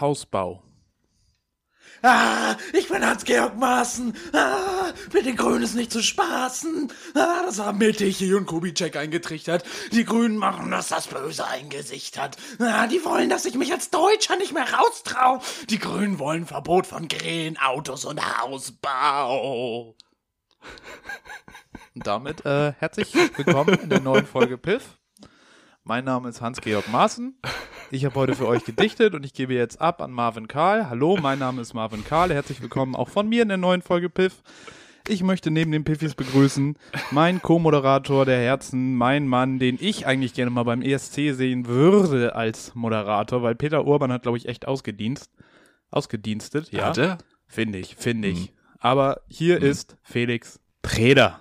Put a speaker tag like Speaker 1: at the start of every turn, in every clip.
Speaker 1: Hausbau.
Speaker 2: Ah, ich bin Hans-Georg Maaßen. Ah, mit den Grünen ist nicht zu spaßen. Ah, das haben mir Tichy und Kubitschek eingetrichtert. Die Grünen machen, dass das Böse ein Gesicht hat. Ah, die wollen, dass ich mich als Deutscher nicht mehr raustrau. Die Grünen wollen Verbot von Grillen, Autos und Hausbau.
Speaker 1: Und damit äh, herzlich willkommen in der neuen Folge Piff. Mein Name ist Hans-Georg Maaßen. Ich habe heute für euch gedichtet und ich gebe jetzt ab an Marvin Karl. Hallo, mein Name ist Marvin Karl. Herzlich willkommen auch von mir in der neuen Folge Piff. Ich möchte neben den Piffis begrüßen meinen Co-Moderator der Herzen, meinen Mann, den ich eigentlich gerne mal beim ESC sehen würde als Moderator, weil Peter Urban hat, glaube ich, echt ausgedienst. Ausgedienstet, ja.
Speaker 3: Hat er? Hm.
Speaker 1: Finde ich, finde ich. Aber hier ist Felix Preder.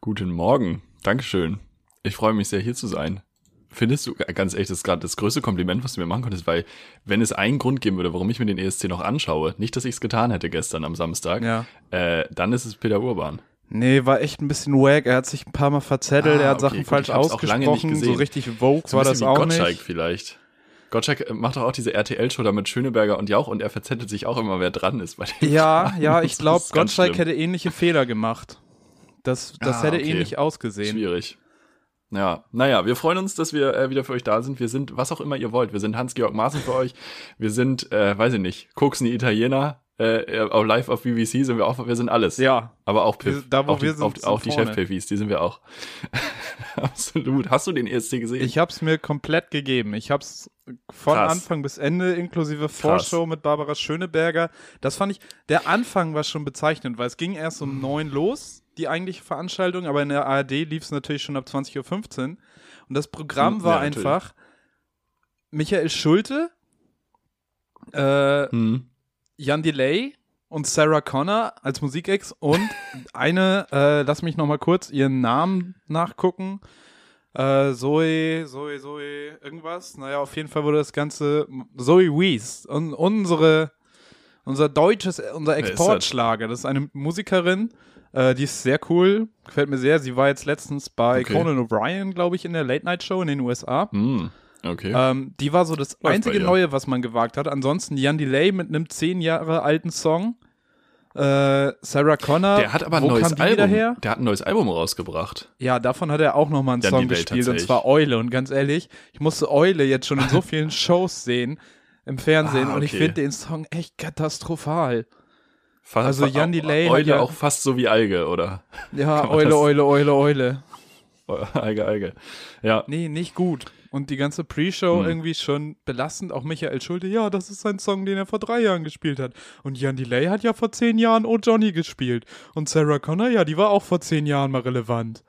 Speaker 3: Guten Morgen. Dankeschön. Ich freue mich sehr, hier zu sein. Findest du, äh, ganz ehrlich, das ist gerade das größte Kompliment, was du mir machen konntest, weil wenn es einen Grund geben würde, warum ich mir den ESC noch anschaue, nicht, dass ich es getan hätte gestern am Samstag,
Speaker 1: Ja.
Speaker 3: äh, dann ist es Peter Urban.
Speaker 1: Nee, war echt ein bisschen wack. Er hat sich ein paar Mal verzettelt,
Speaker 3: Ah,
Speaker 1: er hat
Speaker 3: okay,
Speaker 1: Sachen
Speaker 3: gut,
Speaker 1: falsch
Speaker 3: ich hab's auch lange nicht
Speaker 1: ausgesprochen. So
Speaker 3: gesehen.
Speaker 1: richtig Vogue
Speaker 3: So ein
Speaker 1: war
Speaker 3: bisschen
Speaker 1: das
Speaker 3: wie
Speaker 1: auch
Speaker 3: Gottschalk
Speaker 1: nicht.
Speaker 3: vielleicht. Gottschalk äh, macht doch auch diese RTL-Show da mit Schöneberger und Jauch und er verzettelt sich auch immer, wer dran ist bei den
Speaker 1: Ja,
Speaker 3: Fragen.
Speaker 1: ja, ich
Speaker 3: Das
Speaker 1: glaube,
Speaker 3: ist ganz
Speaker 1: Gottschalk
Speaker 3: schlimm.
Speaker 1: hätte ähnliche Fehler gemacht. Das, das
Speaker 3: Ah,
Speaker 1: hätte
Speaker 3: okay.
Speaker 1: ähnlich ausgesehen.
Speaker 3: Schwierig. Ja, naja, wir freuen uns, dass wir äh, wieder für euch da sind. Wir sind, was auch immer ihr wollt. Wir sind Hans-Georg Maaßen für euch. Wir sind, äh, weiß ich nicht, Koksni Italiener, äh, auch live auf BBC sind wir auch, wir sind alles.
Speaker 1: Ja.
Speaker 3: Aber auch
Speaker 1: Wir
Speaker 3: Piff.
Speaker 1: sind- da, wo
Speaker 3: auch
Speaker 1: wir
Speaker 3: die,
Speaker 1: sind,
Speaker 3: auch,
Speaker 1: sind
Speaker 3: auch die
Speaker 1: vorne.
Speaker 3: Chef-Piffis, die sind wir auch. Absolut. Hast du den ESC gesehen?
Speaker 1: Ich hab's mir komplett gegeben. Ich hab's von
Speaker 3: Krass.
Speaker 1: Anfang bis Ende inklusive Vorschau mit Barbara Schöneberger. Das fand ich, der Anfang war schon bezeichnend, weil es ging erst um neun los, die eigentliche Veranstaltung, aber in der ARD lief es natürlich schon ab 20.15 Uhr. Und das Programm
Speaker 3: Hm,
Speaker 1: war
Speaker 3: ja, natürlich.
Speaker 1: einfach Michael Schulte, äh,
Speaker 3: hm.
Speaker 1: Jan Delay und Sarah Connor als Musikex und eine, äh, lass mich nochmal kurz ihren Namen nachgucken. Äh, Zoe, Zoe, Zoe, irgendwas. Naja, auf jeden Fall wurde das Ganze Zoe Wees und unsere, unser deutsches, unser
Speaker 3: ist das?
Speaker 1: Exportschlager. Das ist eine Musikerin, äh, die ist sehr cool, gefällt mir sehr. Sie war jetzt letztens bei
Speaker 3: Okay.
Speaker 1: Conan O'Brien, glaube ich, in der Late Night Show in den USA.
Speaker 3: Hm. Okay.
Speaker 1: Ähm, die war so das
Speaker 3: bei
Speaker 1: einzige
Speaker 3: ihr.
Speaker 1: Neue, was man gewagt hat. Ansonsten Jan Delay mit einem zehn Jahre alten Song. Äh, Sarah Connor.
Speaker 3: der hat aber ein
Speaker 1: wo
Speaker 3: neues
Speaker 1: kam die wieder
Speaker 3: Album.
Speaker 1: her?
Speaker 3: Der hat ein neues Album rausgebracht.
Speaker 1: Ja, davon hat er auch nochmal einen
Speaker 3: Jan
Speaker 1: Song
Speaker 3: Delay
Speaker 1: gespielt. Und
Speaker 3: tatsächlich.
Speaker 1: zwar Eule. Und ganz ehrlich, ich musste Eule jetzt schon in so vielen Shows sehen. Im Fernsehen.
Speaker 3: Ah,
Speaker 1: Und ich
Speaker 3: okay.
Speaker 1: finde den Song echt katastrophal.
Speaker 3: Fa
Speaker 1: Also
Speaker 3: fa-
Speaker 1: Jan Delay hat
Speaker 3: äh, Eule
Speaker 1: ja-
Speaker 3: auch fast so wie Alge, oder?
Speaker 1: Ja,
Speaker 3: Kann man das-
Speaker 1: Eule, Eule, Eule, Eule.
Speaker 3: Alge, Alge. Ja.
Speaker 1: Nee, nicht gut. Und die ganze Pre-Show
Speaker 3: Hm.
Speaker 1: irgendwie schon belastend. Auch Michael Schulte, ja, das ist sein Song, den er vor drei Jahren gespielt hat. Und Jan Delay hat ja vor zehn Jahren Oh Johnny gespielt. Und Sarah Connor, ja, die war auch vor zehn Jahren mal relevant.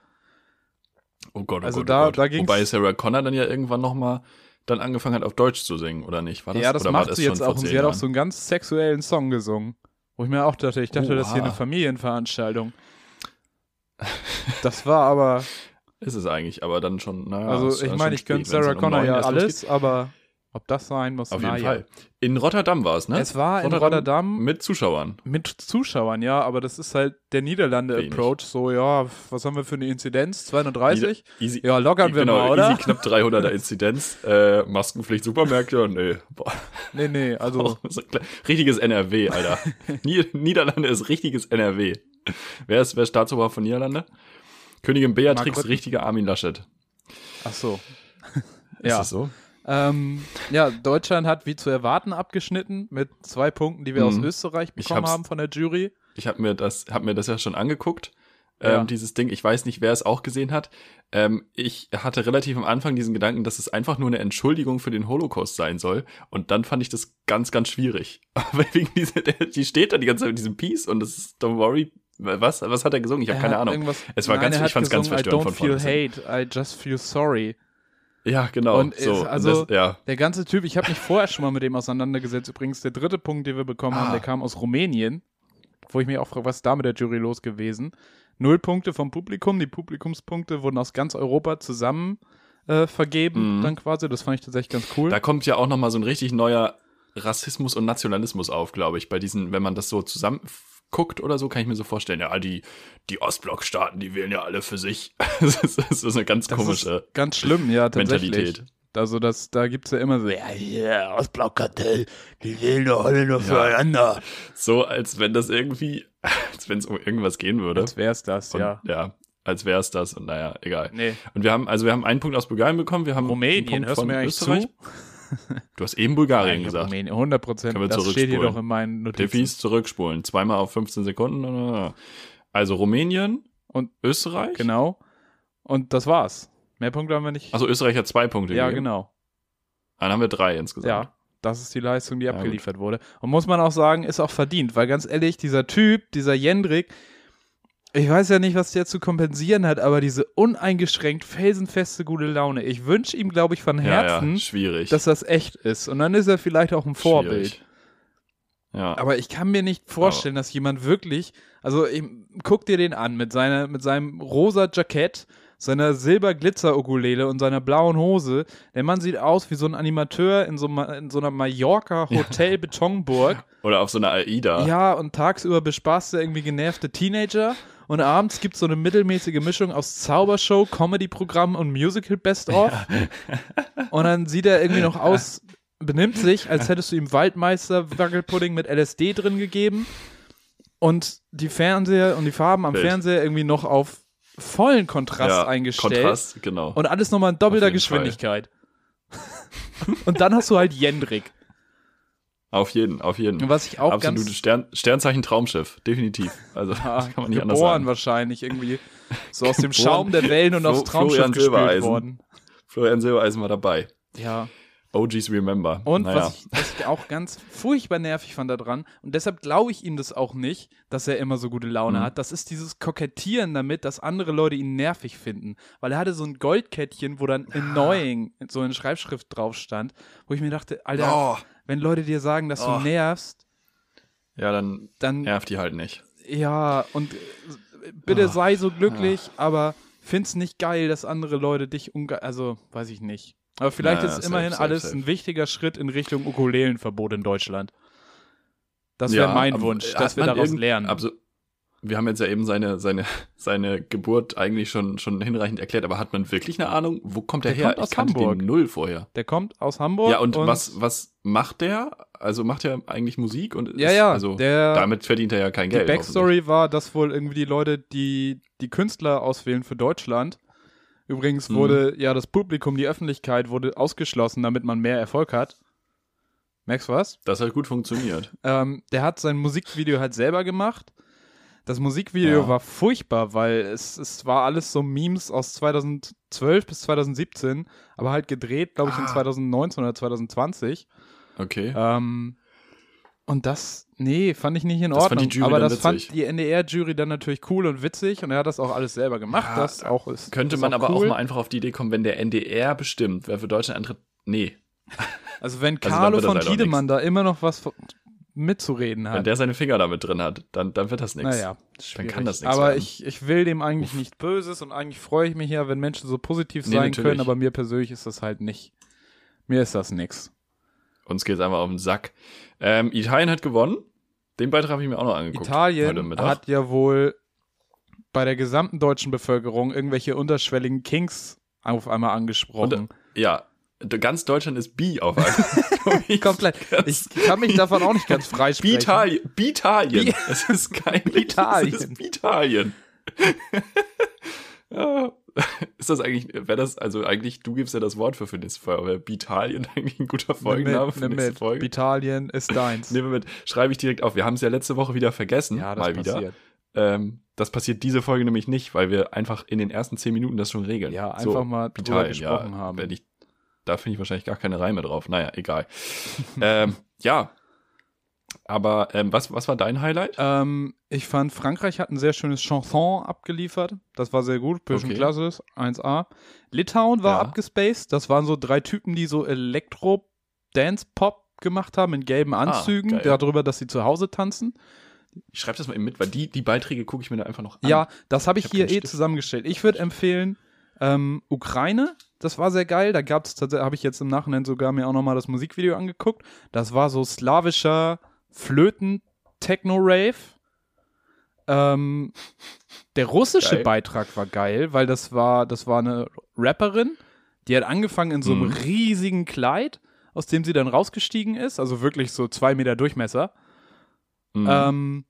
Speaker 3: Oh Gott, oh
Speaker 1: Also
Speaker 3: Gott,
Speaker 1: da-
Speaker 3: oh Gott.
Speaker 1: da ging's-
Speaker 3: Wobei Sarah Connor dann ja irgendwann nochmal dann angefangen hat, auf Deutsch zu singen, oder nicht? War das,
Speaker 1: ja, das
Speaker 3: oder war
Speaker 1: macht sie
Speaker 3: schon
Speaker 1: jetzt
Speaker 3: vor
Speaker 1: auch. Und
Speaker 3: zehn
Speaker 1: sie hat auch
Speaker 3: Jahren?
Speaker 1: so einen ganz sexuellen Song gesungen. Wo ich mir auch dachte, ich dachte, das ist hier
Speaker 3: Oha.
Speaker 1: eine Familienveranstaltung. Das war aber,
Speaker 3: Ist es eigentlich, aber dann schon, naja. ist
Speaker 1: also ich
Speaker 3: dann
Speaker 1: meine,
Speaker 3: schon
Speaker 1: ich gönne
Speaker 3: spät, wenn's
Speaker 1: Sarah
Speaker 3: dann um
Speaker 1: Connor
Speaker 3: neun
Speaker 1: ja
Speaker 3: erst losgeht.
Speaker 1: alles, aber ob das sein muss,
Speaker 3: Auf
Speaker 1: na
Speaker 3: jeden
Speaker 1: ja.
Speaker 3: Fall. In Rotterdam war es, ne?
Speaker 1: Es war in Rotterdam.
Speaker 3: Mit Zuschauern.
Speaker 1: Mit Zuschauern, ja, aber das ist halt der
Speaker 3: Wenig.
Speaker 1: Niederlande-Approach. So, ja, f- was haben wir für eine Inzidenz? 230?
Speaker 3: Easy,
Speaker 1: Ja, lockern wir
Speaker 3: genau,
Speaker 1: mal, oder?
Speaker 3: Easy knapp 300er Inzidenz. Äh, Maskenpflicht, Supermärkte, nee. Boah,
Speaker 1: Nee, nee, also
Speaker 3: auch so ein kle- richtiges NRW, Alter. Nie- Niederlande ist richtiges NRW. Wer ist, wer ist Staatsoberhaupt von Niederlande? Königin Beatrix,
Speaker 1: Margret-
Speaker 3: richtiger Armin Laschet.
Speaker 1: ach so.
Speaker 3: Ist
Speaker 1: ja.
Speaker 3: das so?
Speaker 1: Ähm, ja, Deutschland hat wie zu erwarten abgeschnitten mit zwei Punkten, die wir aus
Speaker 3: Mhm.
Speaker 1: Österreich
Speaker 3: Ich
Speaker 1: bekommen
Speaker 3: hab's-
Speaker 1: haben von der Jury.
Speaker 3: Ich habe mir das, hab mir das ja schon angeguckt.
Speaker 1: Ja.
Speaker 3: Ähm, dieses Ding, ich weiß nicht, wer es auch gesehen hat. Ähm, ich hatte relativ am Anfang diesen Gedanken, dass es einfach nur eine Entschuldigung für den Holocaust sein soll. Und dann fand ich das ganz, ganz schwierig. Weil wegen dieser, der, die steht da die ganze Zeit mit diesem Peace und das ist Don't worry. Was, was hat er gesungen? Ich habe
Speaker 1: Er
Speaker 3: keine
Speaker 1: hat
Speaker 3: Ahnung.
Speaker 1: irgendwas-
Speaker 3: Es war
Speaker 1: Nein,
Speaker 3: ganz-
Speaker 1: er
Speaker 3: ich
Speaker 1: hat
Speaker 3: fand's ganz
Speaker 1: gesungen,
Speaker 3: verstörend von
Speaker 1: I don't
Speaker 3: vorne
Speaker 1: feel hate, I just feel sorry.
Speaker 3: Ja, genau.
Speaker 1: Und
Speaker 3: so.
Speaker 1: es- also-
Speaker 3: das, ja.
Speaker 1: Der ganze Typ, ich habe mich vorher schon mal mit dem auseinandergesetzt. Übrigens, der dritte Punkt, den wir bekommen haben,
Speaker 3: Ah.
Speaker 1: der kam aus Rumänien, wo ich mich auch frage, was ist da mit der Jury los gewesen? Null Punkte vom Publikum, die Publikumspunkte wurden aus ganz Europa zusammen äh, vergeben,
Speaker 3: Mhm.
Speaker 1: dann quasi. Das fand ich tatsächlich ganz cool.
Speaker 3: Da kommt ja auch nochmal so ein richtig neuer Rassismus und Nationalismus auf, glaube ich, bei diesen, wenn man das so zusammen f- guckt oder so, kann ich mir so vorstellen. Ja, die, die Ostblockstaaten, die wählen ja alle für sich. das, ist, das ist eine ganz
Speaker 1: das
Speaker 3: komische
Speaker 1: ist ganz schlimm, ja, tatsächlich.
Speaker 3: äh, Mentalität.
Speaker 1: Also das, da gibt's ja immer so, ja,
Speaker 2: ja, aus Blaukartell, die wählen doch alle nur füreinander.
Speaker 3: So, als wenn das irgendwie, als wenn es um irgendwas gehen würde.
Speaker 1: als wär's das,
Speaker 3: Und,
Speaker 1: ja.
Speaker 3: ja. Als wäre es das und naja, egal.
Speaker 1: Nee.
Speaker 3: Und wir haben, also wir haben einen Punkt aus Bulgarien bekommen, wir haben einen
Speaker 1: Rumänien,
Speaker 3: Punkt
Speaker 1: hörst du
Speaker 3: von
Speaker 1: mir eigentlich
Speaker 3: Österreich.
Speaker 1: zu?
Speaker 3: Du hast eben Bulgarien
Speaker 1: Ich hab
Speaker 3: gesagt.
Speaker 1: Rumänien, 100 Prozent.
Speaker 3: Können wir
Speaker 1: Das steht hier
Speaker 3: zurückspulen.
Speaker 1: doch in meinen Notizen.
Speaker 3: Diffis zurückspulen. Zweimal auf 15 Sekunden. Also Rumänien
Speaker 1: Und-
Speaker 3: Österreich.
Speaker 1: Genau. Und das war's. Mehr Punkte haben wir nicht.
Speaker 3: Also Österreich hat zwei Punkte
Speaker 1: ja,
Speaker 3: gegeben. Ah,
Speaker 1: genau.
Speaker 3: Dann haben wir drei insgesamt.
Speaker 1: Ja, das ist die Leistung, die
Speaker 3: Ja,
Speaker 1: abgeliefert wurde. Und muss man auch sagen, ist auch verdient, weil ganz ehrlich, dieser Typ, dieser Jendrik, ich weiß ja nicht, was der zu kompensieren hat, aber diese uneingeschränkt felsenfeste gute Laune. Ich wünsche ihm, glaube ich, von Herzen,
Speaker 3: ja, schwierig.
Speaker 1: dass das echt ist. Und dann ist er vielleicht auch ein Vorbild.
Speaker 3: Schwierig. Ja.
Speaker 1: Aber ich kann mir nicht vorstellen, dass jemand wirklich, also ich, guck dir den an mit seiner, mit seinem rosa Jackett, seiner Silberglitzer-Ukulele und seiner blauen Hose. Der Mann sieht aus wie so ein Animateur in so, ma- in so einer Mallorca-Hotel-Betonburg.
Speaker 3: Oder auf so einer
Speaker 1: Ja.
Speaker 3: AIDA.
Speaker 1: und tagsüber bespaßt er irgendwie genervte Teenager. Und abends gibt's so eine mittelmäßige Mischung aus Zaubershow, Comedy-Programm und Musical-Best-of. Und dann sieht er irgendwie noch aus, benimmt sich, als hättest du ihm Waldmeister-Wackelpudding mit LSD drin gegeben. Und die Fernseher und die Farben am
Speaker 3: Bild.
Speaker 1: Fernseher irgendwie noch auf vollen Kontrast
Speaker 3: Ja,
Speaker 1: eingestellt.
Speaker 3: Kontrast, genau.
Speaker 1: Und alles nochmal in doppelter
Speaker 3: Auf jeden
Speaker 1: Geschwindigkeit. und dann hast du halt Jendrik.
Speaker 3: auf jeden, auf jeden.
Speaker 1: Und was ich auch
Speaker 3: Absolute
Speaker 1: ganz
Speaker 3: Stern, Sternzeichen Traumschiff, definitiv. Also das kann man nicht anders
Speaker 1: geboren
Speaker 3: sagen.
Speaker 1: wahrscheinlich irgendwie. So aus dem
Speaker 3: Geboren.
Speaker 1: Schaum der Wellen und
Speaker 3: Flo-
Speaker 1: aufs Traumschiff
Speaker 3: Florian
Speaker 1: gespült
Speaker 3: Silbereisen.
Speaker 1: worden.
Speaker 3: Florian Silbereisen war dabei.
Speaker 1: Ja.
Speaker 3: OGs Remember.
Speaker 1: Und
Speaker 3: naja.
Speaker 1: was, ich, was ich auch ganz furchtbar nervig fand daran, und deshalb glaube ich ihm das auch nicht, dass er immer so gute Laune
Speaker 3: Mhm.
Speaker 1: hat, das ist dieses Kokettieren damit, dass andere Leute ihn nervig finden. Weil er hatte so ein Goldkettchen, wo dann
Speaker 3: Ah.
Speaker 1: annoying so in Schreibschrift drauf stand, wo ich mir dachte, Alter,
Speaker 3: oh.
Speaker 1: wenn Leute dir sagen, dass
Speaker 3: Oh.
Speaker 1: du nervst,
Speaker 3: Ja, dann
Speaker 1: dann
Speaker 3: nervt die halt nicht.
Speaker 1: Ja, und äh, bitte
Speaker 3: Ah,
Speaker 1: sei so glücklich, aber find's nicht geil, dass andere Leute dich unge... Also, weiß ich nicht. Aber vielleicht
Speaker 3: Ja,
Speaker 1: ist
Speaker 3: ja,
Speaker 1: immerhin
Speaker 3: safe, safe,
Speaker 1: alles
Speaker 3: safe.
Speaker 1: ein wichtiger Schritt in Richtung Ukulelenverbot in Deutschland. Das wäre
Speaker 3: Ja,
Speaker 1: mein
Speaker 3: aber
Speaker 1: Wunsch,
Speaker 3: hat
Speaker 1: dass wir
Speaker 3: man
Speaker 1: daraus
Speaker 3: irgend-
Speaker 1: lernen.
Speaker 3: abso- wir haben jetzt ja eben seine, seine, seine Geburt eigentlich schon, schon hinreichend erklärt, aber hat man wirklich eine Ahnung, wo kommt der,
Speaker 1: Der
Speaker 3: her?
Speaker 1: kommt aus
Speaker 3: ich kannte
Speaker 1: Hamburg.
Speaker 3: den null vorher.
Speaker 1: Der kommt aus Hamburg.
Speaker 3: ja, und, was, was macht der? Also macht er eigentlich Musik und ist,
Speaker 1: Ja, ja,
Speaker 3: also
Speaker 1: der,
Speaker 3: damit verdient er ja kein
Speaker 1: die
Speaker 3: Geld.
Speaker 1: Backstory war, dass wohl irgendwie die Leute, die die Künstler auswählen für Deutschland, übrigens
Speaker 3: Mhm.
Speaker 1: wurde ja das Publikum, die Öffentlichkeit wurde ausgeschlossen, damit man mehr Erfolg hat. Merkst du was?
Speaker 3: hoffentlich. Das hat gut funktioniert.
Speaker 1: Ähm, der hat sein Musikvideo halt selber gemacht. Das Musikvideo
Speaker 3: Ja.
Speaker 1: war furchtbar, weil es, es war alles so Memes aus 2012 bis 2017, aber halt gedreht, glaube ich, in
Speaker 3: Ah.
Speaker 1: 2019 oder 2020.
Speaker 3: Okay.
Speaker 1: Ähm, und das, nee, fand ich nicht in
Speaker 3: Das fand
Speaker 1: Ordnung.
Speaker 3: die Jury
Speaker 1: aber
Speaker 3: dann
Speaker 1: das
Speaker 3: witzig.
Speaker 1: fand die NDR-Jury dann natürlich cool und witzig und er hat das auch alles selber gemacht.
Speaker 3: Ja,
Speaker 1: das auch ist.
Speaker 3: Könnte
Speaker 1: ist
Speaker 3: man aber auch
Speaker 1: cool.
Speaker 3: mal einfach auf die Idee kommen, wenn der NDR bestimmt, wer für Deutschland antritt. Nee,
Speaker 1: Also, wenn
Speaker 3: dann
Speaker 1: Carlo
Speaker 3: wird das
Speaker 1: von
Speaker 3: halt auch
Speaker 1: Tiedemann da immer noch was von- mitzureden
Speaker 3: wenn
Speaker 1: hat.
Speaker 3: der seine Finger damit drin hat, dann, dann wird das nichts.
Speaker 1: Naja,
Speaker 3: Dann
Speaker 1: schwierig.
Speaker 3: kann das nichts
Speaker 1: Aber
Speaker 3: werden.
Speaker 1: ich, ich will dem eigentlich nicht Böses und eigentlich freue ich mich ja, wenn Menschen so positiv
Speaker 3: Nee,
Speaker 1: sein
Speaker 3: natürlich.
Speaker 1: können, aber mir persönlich ist das halt nicht. Mir ist das nix.
Speaker 3: Uns geht's einfach auf den Sack. Ähm, Italien hat gewonnen. Den Beitrag habe ich mir auch noch angeguckt. heute
Speaker 1: Italien
Speaker 3: Mittag.
Speaker 1: hat ja wohl bei der gesamten deutschen Bevölkerung irgendwelche unterschwelligen Kings auf einmal angesprochen.
Speaker 3: ja, d- ganz Deutschland ist bi auf einmal.
Speaker 1: Komplett. Ich kann mich davon auch nicht ganz freisprechen.
Speaker 3: Bitalien. Bitalien.
Speaker 1: Bi-
Speaker 3: Es ist kein
Speaker 1: Bitalien.
Speaker 3: Es ist Bitalien. Ja. Ist das eigentlich, wäre das, also eigentlich, du gibst ja das Wort für, für nächste Folge, aber Bitalien eigentlich ein guter
Speaker 1: Nimm mit,
Speaker 3: Folgenname für
Speaker 1: nimm
Speaker 3: ne? nächste
Speaker 1: mit.
Speaker 3: Folge?
Speaker 1: Italien ist deins.
Speaker 3: Nehmen wir mit, schreibe ich direkt auf. Wir haben es ja letzte Woche wieder vergessen,
Speaker 1: ja, das
Speaker 3: mal wieder.
Speaker 1: passiert.
Speaker 3: Ähm, das passiert diese Folge nämlich nicht, weil wir einfach in den ersten zehn Minuten das schon regeln.
Speaker 1: Ja, einfach
Speaker 3: So,
Speaker 1: mal drüber
Speaker 3: Italien,
Speaker 1: gesprochen
Speaker 3: ja,
Speaker 1: haben.
Speaker 3: Wenn ich, da finde ich wahrscheinlich gar keine Reime drauf. Naja, egal. ähm, ja. Aber ähm, was, was war dein Highlight?
Speaker 1: Ähm, ich fand, Frankreich hat ein sehr schönes Chanson abgeliefert. Das war sehr gut. Bisschen
Speaker 3: Okay.
Speaker 1: klasse. 1A. Litauen war
Speaker 3: Ja.
Speaker 1: abgespaced. Das waren so drei Typen, die so Elektro-Dance-Pop gemacht haben in gelben Anzügen.
Speaker 3: Ah, geil.
Speaker 1: darüber, dass sie zu Hause tanzen.
Speaker 3: Ich schreibe das mal eben mit, weil die, die Beiträge gucke ich mir da einfach noch an.
Speaker 1: Ja, das habe ich,
Speaker 3: Ich hab
Speaker 1: hier
Speaker 3: keinen
Speaker 1: eh
Speaker 3: Stift.
Speaker 1: zusammengestellt. Ich würde empfehlen, ähm, Ukraine, das war sehr geil. Da gab es tatsächlich, habe ich jetzt im Nachhinein sogar mir auch nochmal das Musikvideo angeguckt. Das war so slawischer Flöten-Techno-Rave. Ähm, der russische
Speaker 3: Geil.
Speaker 1: Beitrag war geil, weil das war, das war eine Rapperin, Die hat angefangen in so einem
Speaker 3: Mhm.
Speaker 1: riesigen Kleid, aus dem sie dann rausgestiegen ist, also wirklich so zwei Meter Durchmesser.
Speaker 3: Mhm.
Speaker 1: Ähm,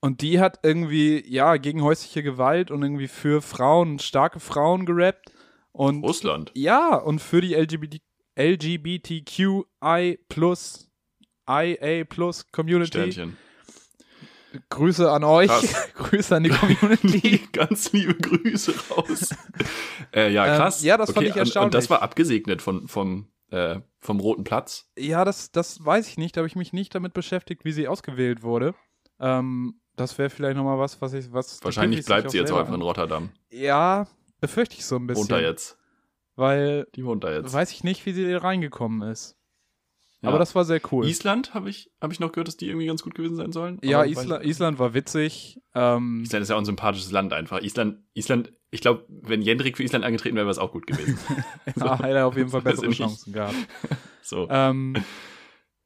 Speaker 1: und die hat irgendwie, ja, gegen häusliche Gewalt und irgendwie für Frauen, starke Frauen gerappt. Und
Speaker 3: Russland.
Speaker 1: ja, und für die LGBT, LGBTQI plus IA plus Community.
Speaker 3: Sternchen.
Speaker 1: Grüße an euch.
Speaker 3: Krass.
Speaker 1: Grüße an die Community.
Speaker 3: Ganz liebe Grüße raus. äh, ja,
Speaker 1: Ähm,
Speaker 3: krass.
Speaker 1: ja, das fand ich
Speaker 3: und- Und
Speaker 1: erstaunlich.
Speaker 3: das war abgesegnet von, vom, äh, vom Roten Platz.
Speaker 1: ja, das, das weiß ich nicht. Da habe ich mich nicht damit beschäftigt, wie sie ausgewählt wurde. Ähm, das wäre vielleicht nochmal was, was ich. Was
Speaker 3: Wahrscheinlich
Speaker 1: kündigt sich
Speaker 3: bleibt sie
Speaker 1: auch
Speaker 3: jetzt auch
Speaker 1: selber
Speaker 3: einfach in
Speaker 1: an.
Speaker 3: Rotterdam.
Speaker 1: Ja, befürchte ich so ein bisschen.
Speaker 3: Wohnt da jetzt.
Speaker 1: Weil
Speaker 3: Die wohnt da jetzt.
Speaker 1: weiß ich nicht, wie sie da reingekommen ist.
Speaker 3: Ja.
Speaker 1: Aber das war sehr cool.
Speaker 3: Island habe ich, hab ich noch gehört, dass die irgendwie ganz gut gewesen sein sollen.
Speaker 1: ja,
Speaker 3: Aber weiß
Speaker 1: Island,
Speaker 3: ich-
Speaker 1: Island war witzig. Ähm,
Speaker 3: Island ist ja auch ein sympathisches Land einfach. Island, Island, ich glaube, wenn Jendrik für Island angetreten wäre, wäre es auch gut gewesen. so.
Speaker 1: ja, hat er auf jeden Fall
Speaker 3: Weiß
Speaker 1: bessere
Speaker 3: ich nicht.
Speaker 1: Chancen gehabt.
Speaker 3: So.
Speaker 1: Ähm,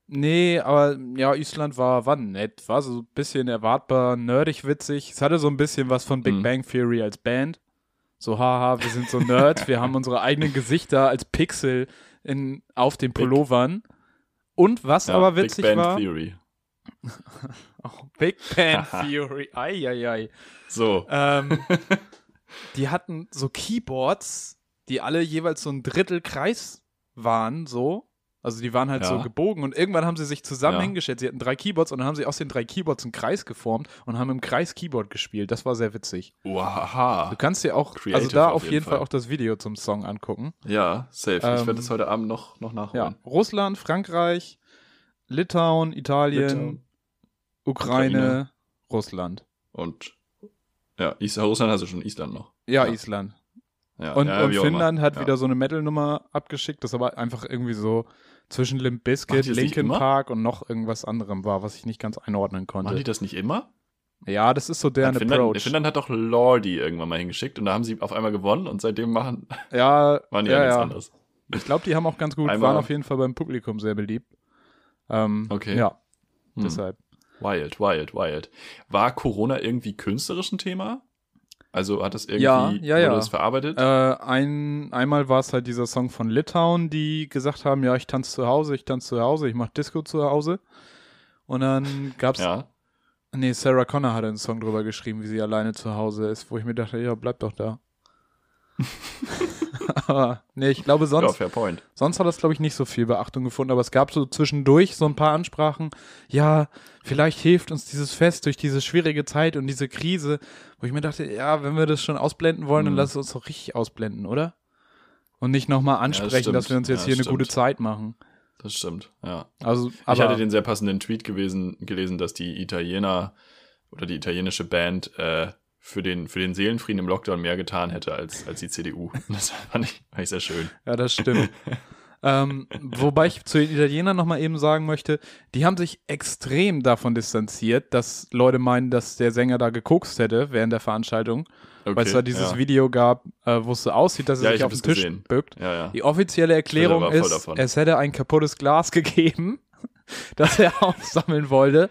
Speaker 1: nee, aber ja, Island war, war nett, war so ein bisschen erwartbar, nerdig witzig. Es hatte so ein bisschen was von Big
Speaker 3: Mhm.
Speaker 1: Bang Theory als Band. So, haha, wir sind so Nerds, wir haben unsere eigenen Gesichter als Pixel in, auf den Pullovern. Und was
Speaker 3: Ja,
Speaker 1: aber witzig
Speaker 3: Big Band
Speaker 1: war,
Speaker 3: Theory.
Speaker 1: Oh, Big Bang Theory, ai, ai, ai.
Speaker 3: So.
Speaker 1: Ähm, die hatten so Keyboards, die alle jeweils so ein Drittel Kreis waren, so. Also die waren halt
Speaker 3: Ja.
Speaker 1: so gebogen und irgendwann haben sie sich zusammen
Speaker 3: Ja.
Speaker 1: hingestellt. Sie hatten drei Keyboards und dann haben sie aus den drei Keyboards einen Kreis geformt und haben im Kreis Keyboard gespielt. Das war sehr witzig. Du
Speaker 3: Wow.
Speaker 1: kannst dir auch,
Speaker 3: Ah, Creative
Speaker 1: also da
Speaker 3: auf
Speaker 1: auf jeden
Speaker 3: jeden
Speaker 1: Fall.
Speaker 3: Fall.
Speaker 1: auch das Video zum Song angucken.
Speaker 3: Ja, safe. ich
Speaker 1: Ähm,
Speaker 3: werde das heute Abend noch, noch
Speaker 1: Ja,
Speaker 3: nachholen.
Speaker 1: Russland, Frankreich, Litauen, Italien,
Speaker 3: Litauen.
Speaker 1: Ukraine,
Speaker 3: Ukraine.
Speaker 1: Russland.
Speaker 3: Und ja, Is Russland hast du schon, Island noch.
Speaker 1: Ja,
Speaker 3: Ja.
Speaker 1: Island.
Speaker 3: Ja,
Speaker 1: Und,
Speaker 3: ja,
Speaker 1: und
Speaker 3: wie auch immer.
Speaker 1: Finnland hat
Speaker 3: Ja.
Speaker 1: wieder so eine Metal-Nummer abgeschickt, das aber einfach irgendwie so zwischen Limp
Speaker 3: Machen
Speaker 1: Bizkit,
Speaker 3: die das nicht
Speaker 1: Linkin
Speaker 3: immer?
Speaker 1: Park und noch irgendwas anderem war, was ich nicht ganz einordnen
Speaker 3: Machen
Speaker 1: konnte.
Speaker 3: die das nicht immer?
Speaker 1: Ja, das ist so deren
Speaker 3: Hat Finnland,
Speaker 1: Approach.
Speaker 3: Finnland hat doch Lordi irgendwann mal hingeschickt und da haben sie auf einmal gewonnen und seitdem machen,
Speaker 1: ja,
Speaker 3: machen die ja,
Speaker 1: ja,
Speaker 3: nichts
Speaker 1: ja.
Speaker 3: anderes.
Speaker 1: ich glaube, die haben auch ganz gut,
Speaker 3: Einmal-
Speaker 1: waren auf jeden Fall beim Publikum sehr beliebt. Ähm,
Speaker 3: Okay.
Speaker 1: Ja,
Speaker 3: Hm.
Speaker 1: deshalb.
Speaker 3: Wild, wild, wild. War Corona irgendwie künstlerisch ein Thema? Also hat das irgendwie
Speaker 1: Ja, ja, ja.
Speaker 3: Wurde das verarbeitet?
Speaker 1: Äh, ein, einmal war es halt dieser Song von Litauen, die gesagt haben, ja, ich tanze zu Hause, ich tanze zu Hause, ich mache Disco zu Hause. Und dann gab's
Speaker 3: ja.
Speaker 1: Nee, Sarah Connor hatte einen Song drüber geschrieben, wie sie alleine zu Hause ist, wo ich mir dachte, ja, bleib doch da. aber nee, ich glaube,
Speaker 3: ja,
Speaker 1: sonst,
Speaker 3: fair point.
Speaker 1: sonst hat das, glaube ich, nicht so viel Beachtung gefunden, aber es gab so zwischendurch so ein paar Ansprachen, ja, vielleicht hilft uns dieses Fest durch diese schwierige Zeit und diese Krise, wo ich mir dachte, ja, wenn wir das schon ausblenden wollen, dann
Speaker 3: Mhm.
Speaker 1: lass es uns doch richtig ausblenden, oder? Und nicht nochmal ansprechen,
Speaker 3: stimmt.
Speaker 1: dass wir uns jetzt
Speaker 3: Ja,
Speaker 1: hier eine
Speaker 3: stimmt.
Speaker 1: gute Zeit machen.
Speaker 3: Das stimmt, ja.
Speaker 1: Also,
Speaker 3: ich
Speaker 1: aber
Speaker 3: hatte den sehr passenden Tweet gewesen, gelesen, dass die Italiener oder die italienische Band äh, für, den, für den Seelenfrieden im Lockdown mehr getan hätte als, als die CDU. Das fand ich, fand ich sehr schön.
Speaker 1: Ja, das stimmt. ähm, wobei ich zu den Italienern nochmal eben sagen möchte, die haben sich extrem davon distanziert, dass Leute meinen, dass der Sänger da gekokst hätte während der Veranstaltung,
Speaker 3: Okay,
Speaker 1: weil es da dieses
Speaker 3: ja.
Speaker 1: Video gab, äh, wo es so aussieht, dass er
Speaker 3: Ja,
Speaker 1: sich
Speaker 3: ich
Speaker 1: auf
Speaker 3: hab
Speaker 1: den
Speaker 3: das
Speaker 1: Tisch
Speaker 3: gesehen.
Speaker 1: bückt.
Speaker 3: Ja, ja.
Speaker 1: Die offizielle Erklärung
Speaker 3: war voll
Speaker 1: ist,
Speaker 3: davon.
Speaker 1: es hätte ein kaputtes Glas gegeben, das er aufsammeln wollte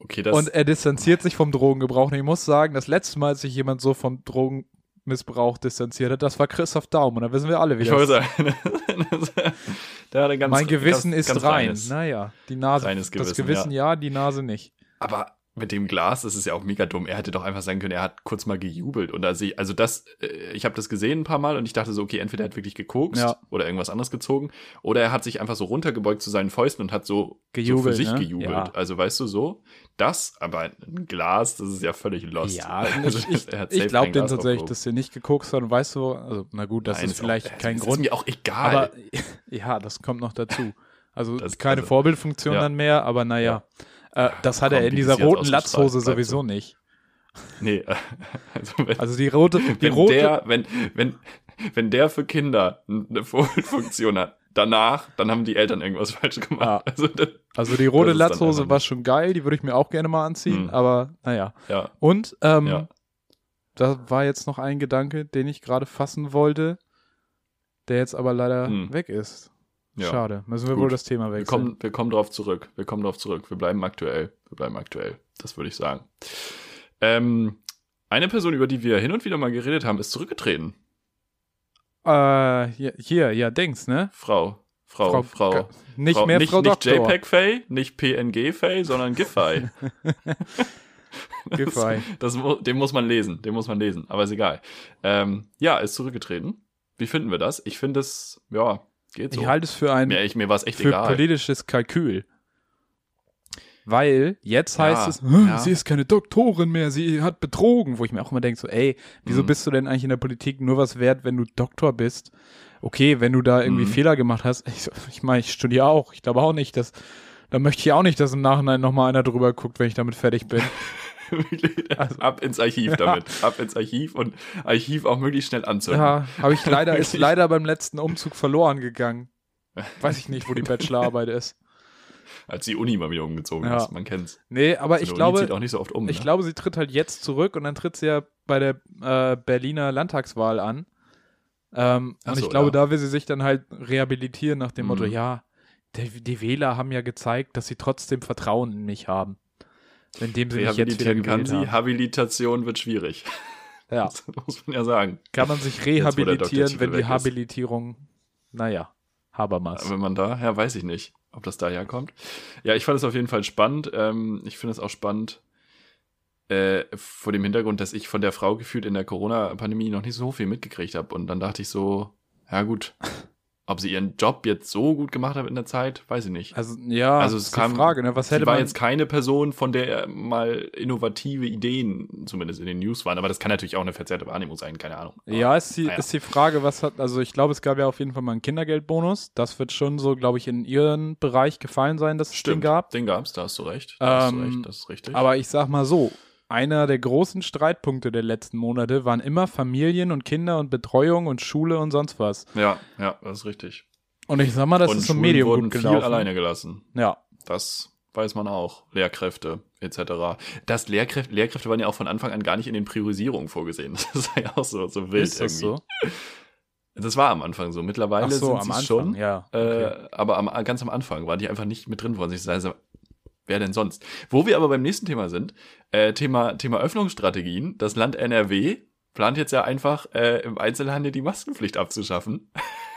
Speaker 3: Okay, das,
Speaker 1: und er distanziert sich vom Drogengebrauch. Und ich muss sagen, das letzte Mal, als sich jemand so vom Drogenmissbrauch distanziert hat, das war Christoph Daum und da wissen wir alle, wie
Speaker 3: ich
Speaker 1: das
Speaker 3: wollte sagen, das- der hat ein ganz,
Speaker 1: mein Gewissen
Speaker 3: ganz,
Speaker 1: ist
Speaker 3: ganz
Speaker 1: rein.
Speaker 3: reines.
Speaker 1: Naja, die Nase.
Speaker 3: Reines
Speaker 1: das
Speaker 3: Gewissen,
Speaker 1: Gewissen ja. die Nase nicht.
Speaker 3: Aber mit dem Glas, das ist ja auch mega dumm. Er hätte doch einfach sagen können, er hat kurz mal gejubelt. Und also, also das, äh, ich habe das gesehen ein paar Mal und ich dachte so, okay, entweder er hat wirklich gekokst
Speaker 1: Ja.
Speaker 3: oder irgendwas anderes gezogen oder er hat sich einfach so runtergebeugt zu seinen Fäusten und hat so,
Speaker 1: Gejubelt,
Speaker 3: so für sich
Speaker 1: ne?
Speaker 3: gejubelt.
Speaker 1: Ja.
Speaker 3: Also weißt du so, das, aber ein Glas, das ist ja völlig lost.
Speaker 1: also ich,
Speaker 3: er hat
Speaker 1: ich
Speaker 3: safe
Speaker 1: glaube
Speaker 3: kein
Speaker 1: denn
Speaker 3: Glas
Speaker 1: tatsächlich,
Speaker 3: aufgehoben.
Speaker 1: dass ihr nicht gekokst hat und weißt du, also na gut, das
Speaker 3: Nein,
Speaker 1: ist vielleicht
Speaker 3: auch,
Speaker 1: kein
Speaker 3: es Ist
Speaker 1: Grund,
Speaker 3: mir auch egal.
Speaker 1: aber ja, das kommt noch dazu. Also
Speaker 3: Das-
Speaker 1: keine
Speaker 3: also-
Speaker 1: Vorbildfunktion
Speaker 3: ja.
Speaker 1: dann mehr, aber naja. Äh, das hat
Speaker 3: komm,
Speaker 1: er in
Speaker 3: die
Speaker 1: dieser
Speaker 3: bis jetzt
Speaker 1: roten
Speaker 3: ausgestrahlt
Speaker 1: Latzhose
Speaker 3: bleibt
Speaker 1: sowieso
Speaker 3: so.
Speaker 1: nicht.
Speaker 3: nee, also wenn,
Speaker 1: Also die rote, die
Speaker 3: wenn
Speaker 1: rote,
Speaker 3: der, wenn, wenn, wenn der für Kinder eine Vorbildfunktion hat, danach, dann haben die Eltern irgendwas falsch gemacht. Also das,
Speaker 1: also die rote
Speaker 3: Das ist dann
Speaker 1: Latzhose
Speaker 3: einfach
Speaker 1: war schon geil, die würde ich mir auch gerne mal anziehen,
Speaker 3: Hm.
Speaker 1: aber naja.
Speaker 3: ja,
Speaker 1: Und ähm,
Speaker 3: Ja.
Speaker 1: da war jetzt noch ein Gedanke, den ich gerade fassen wollte, der jetzt aber leider
Speaker 3: Hm.
Speaker 1: weg ist.
Speaker 3: ja.
Speaker 1: Schade. Müssen wir
Speaker 3: Gut.
Speaker 1: wohl das Thema
Speaker 3: Wir
Speaker 1: wechseln.
Speaker 3: kommen, wir kommen drauf zurück. Wir kommen drauf zurück. Wir bleiben aktuell. Wir bleiben aktuell. Das würde ich sagen. Ähm, eine Person, über die wir hin und wieder mal geredet haben, ist zurückgetreten.
Speaker 1: Äh, hier, hier, ja, Dings, ne?
Speaker 3: Frau, Frau, Frau.
Speaker 1: Ga- Nicht mehr
Speaker 3: nicht,
Speaker 1: Frau
Speaker 3: nicht
Speaker 1: Doktor.
Speaker 3: JPEG-Fay, nicht PNG-Fay, sondern GIF-Fay.
Speaker 1: Giffey.
Speaker 3: Das, mu- den muss man lesen, den muss man lesen, aber ist egal. Ähm, ja, ist zurückgetreten. Wie finden wir das? Ich finde es, ja, geht so.
Speaker 1: Ich halte es für ein
Speaker 3: mir ich, mir war es echt
Speaker 1: für
Speaker 3: egal.
Speaker 1: politisches Kalkül. Weil jetzt heißt
Speaker 3: Ja,
Speaker 1: es, "Hm,
Speaker 3: ja.
Speaker 1: sie ist keine Doktorin mehr, sie hat betrogen, wo ich mir auch immer denke, so, ey, wieso
Speaker 3: Mhm.
Speaker 1: bist du denn eigentlich in der Politik nur was wert, wenn du Doktor bist? Okay, wenn du da irgendwie
Speaker 3: Mhm.
Speaker 1: Fehler gemacht hast, ich, so, ich meine, ich studiere auch, ich glaube auch nicht, dass, da möchte ich auch nicht, dass im Nachhinein nochmal einer drüber guckt, wenn ich damit fertig bin.
Speaker 3: Wirklich,
Speaker 1: Also-
Speaker 3: ab ins Archiv damit. Ab ins Archiv und Archiv auch möglichst schnell anzünden.
Speaker 1: ja, habe ich leider, ist
Speaker 3: Wirklich.
Speaker 1: leider beim letzten Umzug verloren gegangen. Weiß ich nicht, wo die Bachelorarbeit ist.
Speaker 3: Als die Uni mal wieder umgezogen
Speaker 1: Ja.
Speaker 3: ist, man kennt's.
Speaker 1: Nee, aber
Speaker 3: So
Speaker 1: ich
Speaker 3: eine
Speaker 1: glaube,
Speaker 3: Uni zieht auch nicht so oft um.
Speaker 1: Ich
Speaker 3: ne?
Speaker 1: glaube, sie tritt halt jetzt zurück und dann tritt sie ja bei der äh, Berliner Landtagswahl an. Ähm,
Speaker 3: Ach
Speaker 1: und
Speaker 3: so,
Speaker 1: ich glaube,
Speaker 3: ja.
Speaker 1: da will sie sich dann halt rehabilitieren nach dem
Speaker 3: Mhm.
Speaker 1: Motto, ja, die, die Wähler haben ja gezeigt, dass sie trotzdem Vertrauen in mich haben. Indem sie mich jetzt wieder
Speaker 3: Rehabilitieren kann
Speaker 1: gewählt
Speaker 3: sie,
Speaker 1: haben.
Speaker 3: Habilitation wird schwierig.
Speaker 1: Ja,
Speaker 3: Das muss man ja sagen.
Speaker 1: kann man sich
Speaker 3: wo der
Speaker 1: rehabilitieren,
Speaker 3: Doktortitel
Speaker 1: wenn die
Speaker 3: weg ist.
Speaker 1: Habilitierung, naja, Habermas.
Speaker 3: Wenn man da, ja, weiß ich nicht, ob das daher kommt. Ja, ich fand es auf jeden Fall spannend. Ähm, ich finde es auch spannend äh, vor dem Hintergrund, dass ich von der Frau gefühlt in der Corona-Pandemie noch nicht so viel mitgekriegt habe. Und dann dachte ich so, ja gut, ob sie ihren Job jetzt so gut gemacht hat in der Zeit, weiß ich nicht.
Speaker 1: Also, ja,
Speaker 3: Also
Speaker 1: also
Speaker 3: es
Speaker 1: ist
Speaker 3: kam-
Speaker 1: die Frage, ne? was
Speaker 3: Sie
Speaker 1: hätte
Speaker 3: war
Speaker 1: man...
Speaker 3: jetzt keine Person, von der mal innovative Ideen zumindest in den News waren. Aber das kann natürlich auch eine verzerrte Wahrnehmung sein, keine Ahnung. Aber
Speaker 1: Ja, ist die,
Speaker 3: naja.
Speaker 1: ist die Frage, was hat, also ich glaube, es gab ja auf jeden Fall mal einen Kindergeldbonus. Das wird schon so, glaube ich, in ihren Bereich gefallen sein, dass es den
Speaker 3: Stimmt,
Speaker 1: gab.
Speaker 3: den gab's, da hast du recht. Da hast du
Speaker 1: Ähm,
Speaker 3: recht, das ist richtig.
Speaker 1: Aber ich sag mal so, einer der großen Streitpunkte der letzten Monate waren immer Familien und Kinder und Betreuung und Schule und sonst was.
Speaker 3: ja, ja, das ist richtig.
Speaker 1: Und ich sag mal, das
Speaker 3: und
Speaker 1: ist zum
Speaker 3: Schulen
Speaker 1: Medium
Speaker 3: wurden
Speaker 1: gut gelaufen.
Speaker 3: viel alleine gelassen.
Speaker 1: Ja,
Speaker 3: Das weiß man auch. Lehrkräfte etc. Das Lehrkräfte, Lehrkräfte waren ja auch von Anfang an gar nicht in den Priorisierungen vorgesehen. Das war ja auch so, so wild
Speaker 1: ist das
Speaker 3: irgendwie.
Speaker 1: so?
Speaker 3: Das war am Anfang so. Mittlerweile
Speaker 1: Ach so,
Speaker 3: sind
Speaker 1: am
Speaker 3: sie
Speaker 1: Anfang,
Speaker 3: schon.
Speaker 1: ja. okay.
Speaker 3: Äh, aber am, ganz am Anfang waren die einfach nicht mit drin worden. Ich sage, wer denn sonst? Wo wir aber beim nächsten Thema sind, äh, Thema, Thema Öffnungsstrategien. Das Land NRW plant jetzt ja einfach äh, im Einzelhandel die Maskenpflicht abzuschaffen.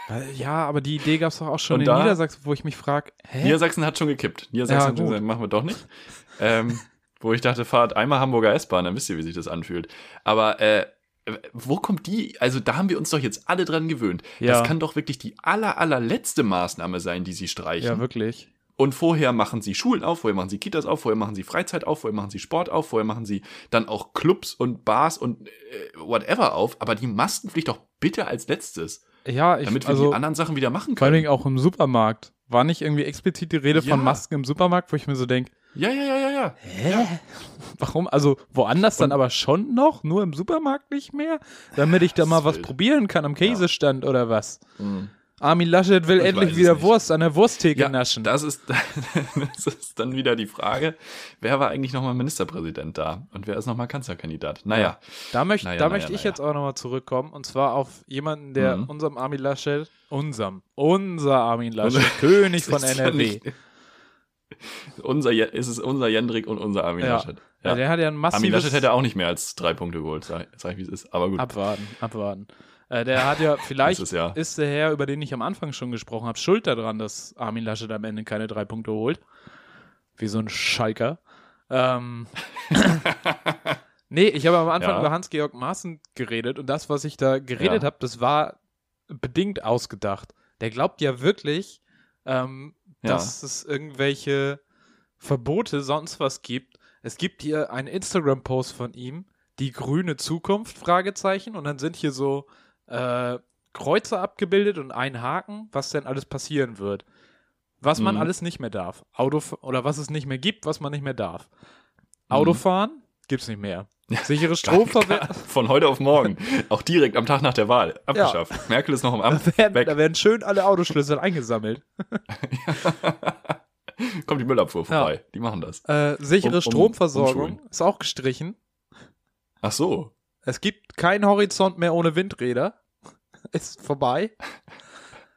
Speaker 1: Weil- Ja, aber die Idee gab's doch auch schon
Speaker 3: Und
Speaker 1: in
Speaker 3: da-
Speaker 1: Niedersachsen, wo ich mich frage, hä?
Speaker 3: Niedersachsen hat schon gekippt. Niedersachsen
Speaker 1: Ja,
Speaker 3: hat
Speaker 1: gut.
Speaker 3: schon gesagt, machen wir doch nicht. ähm, wo ich dachte, fahrt einmal Hamburger S-Bahn, dann wisst ihr, wie sich das anfühlt. Aber äh, wo kommt die? Also da haben wir uns doch jetzt alle dran gewöhnt.
Speaker 1: Ja.
Speaker 3: Das kann doch wirklich die aller, allerletzte Maßnahme sein, die sie streichen.
Speaker 1: ja, wirklich.
Speaker 3: Und vorher machen sie Schulen auf, vorher machen sie Kitas auf, vorher machen sie Freizeit auf, vorher machen sie Sport auf, vorher machen sie dann auch Clubs und Bars und äh, whatever auf. Aber die Maskenpflicht doch bitte als letztes,
Speaker 1: Ja, ich,
Speaker 3: damit wir
Speaker 1: also,
Speaker 3: die anderen Sachen wieder machen
Speaker 1: Vor allen Dingen
Speaker 3: können.
Speaker 1: auch im Supermarkt. War nicht irgendwie explizit die Rede
Speaker 3: Ja.
Speaker 1: von Masken im Supermarkt, wo ich mir so denke,
Speaker 3: Ja, ja, ja, ja, ja.
Speaker 1: hä? Warum? Also woanders dann aber schon noch, nur im Supermarkt nicht mehr? Damit ich da
Speaker 3: Das
Speaker 1: mal
Speaker 3: ist
Speaker 1: was
Speaker 3: wild.
Speaker 1: probieren kann am Käsestand oder was?
Speaker 3: Mhm.
Speaker 1: Armin Laschet will
Speaker 3: Ich weiß
Speaker 1: endlich
Speaker 3: es
Speaker 1: wieder
Speaker 3: nicht.
Speaker 1: Wurst an der Wursttheke
Speaker 3: Ja,
Speaker 1: naschen.
Speaker 3: Das ist, das ist dann wieder die Frage, wer war eigentlich nochmal Ministerpräsident da und wer ist nochmal Kanzlerkandidat? Naja,
Speaker 1: Da, möcht,
Speaker 3: Naja,
Speaker 1: da
Speaker 3: naja,
Speaker 1: möchte ich
Speaker 3: naja.
Speaker 1: jetzt auch nochmal zurückkommen und zwar auf jemanden, der
Speaker 3: Mhm.
Speaker 1: unserem Armin Laschet, unserem, unser Armin Laschet, König von
Speaker 3: es ist ja
Speaker 1: NRW.
Speaker 3: nicht- Unser, Je- es ist unser Jendrik und unser Armin
Speaker 1: Ja.
Speaker 3: Laschet. Ja.
Speaker 1: Ja, der hat ja ein massives
Speaker 3: Armin Laschet hätte auch nicht mehr als drei Punkte geholt, sag, sag ich wie es ist. Aber gut,
Speaker 1: Abwarten, abwarten. Äh, der hat ja, vielleicht
Speaker 3: Das ist ja-
Speaker 1: ist der Herr, über den ich am Anfang schon gesprochen habe, schuld daran, dass Armin Laschet am Ende keine drei Punkte holt. Wie so ein Schalker. Ähm, nee, ich habe am Anfang
Speaker 3: Ja.
Speaker 1: über Hans-Georg Maaßen geredet und das, was ich da geredet
Speaker 3: Ja.
Speaker 1: habe, das war bedingt ausgedacht. Der glaubt ja wirklich, ähm,
Speaker 3: Ja.
Speaker 1: dass es irgendwelche Verbote sonst was gibt. Es gibt hier einen Instagram-Post von ihm, die grüne Zukunft, Fragezeichen, und dann sind hier so äh, Kreuze abgebildet und ein Haken, was denn alles passieren wird. Was man
Speaker 3: Mhm.
Speaker 1: alles nicht mehr darf. Auto oder was es nicht mehr gibt, was man nicht mehr darf.
Speaker 3: Mhm.
Speaker 1: Autofahren gibt's nicht mehr. Sichere Stromverwertung.
Speaker 3: von heute auf morgen, auch direkt am Tag nach der Wahl, abgeschafft. Merkel ist noch im Amt,
Speaker 1: Da werden, da
Speaker 3: weg,
Speaker 1: werden schön alle Autoschlüssel eingesammelt.
Speaker 3: kommt die Müllabfuhr
Speaker 1: Ja.
Speaker 3: vorbei, die machen das.
Speaker 1: Äh, sichere
Speaker 3: Um- um-
Speaker 1: Stromversorgung
Speaker 3: umschulen.
Speaker 1: ist auch gestrichen.
Speaker 3: Ach so,
Speaker 1: Es gibt keinen Horizont mehr ohne Windräder. Ist vorbei.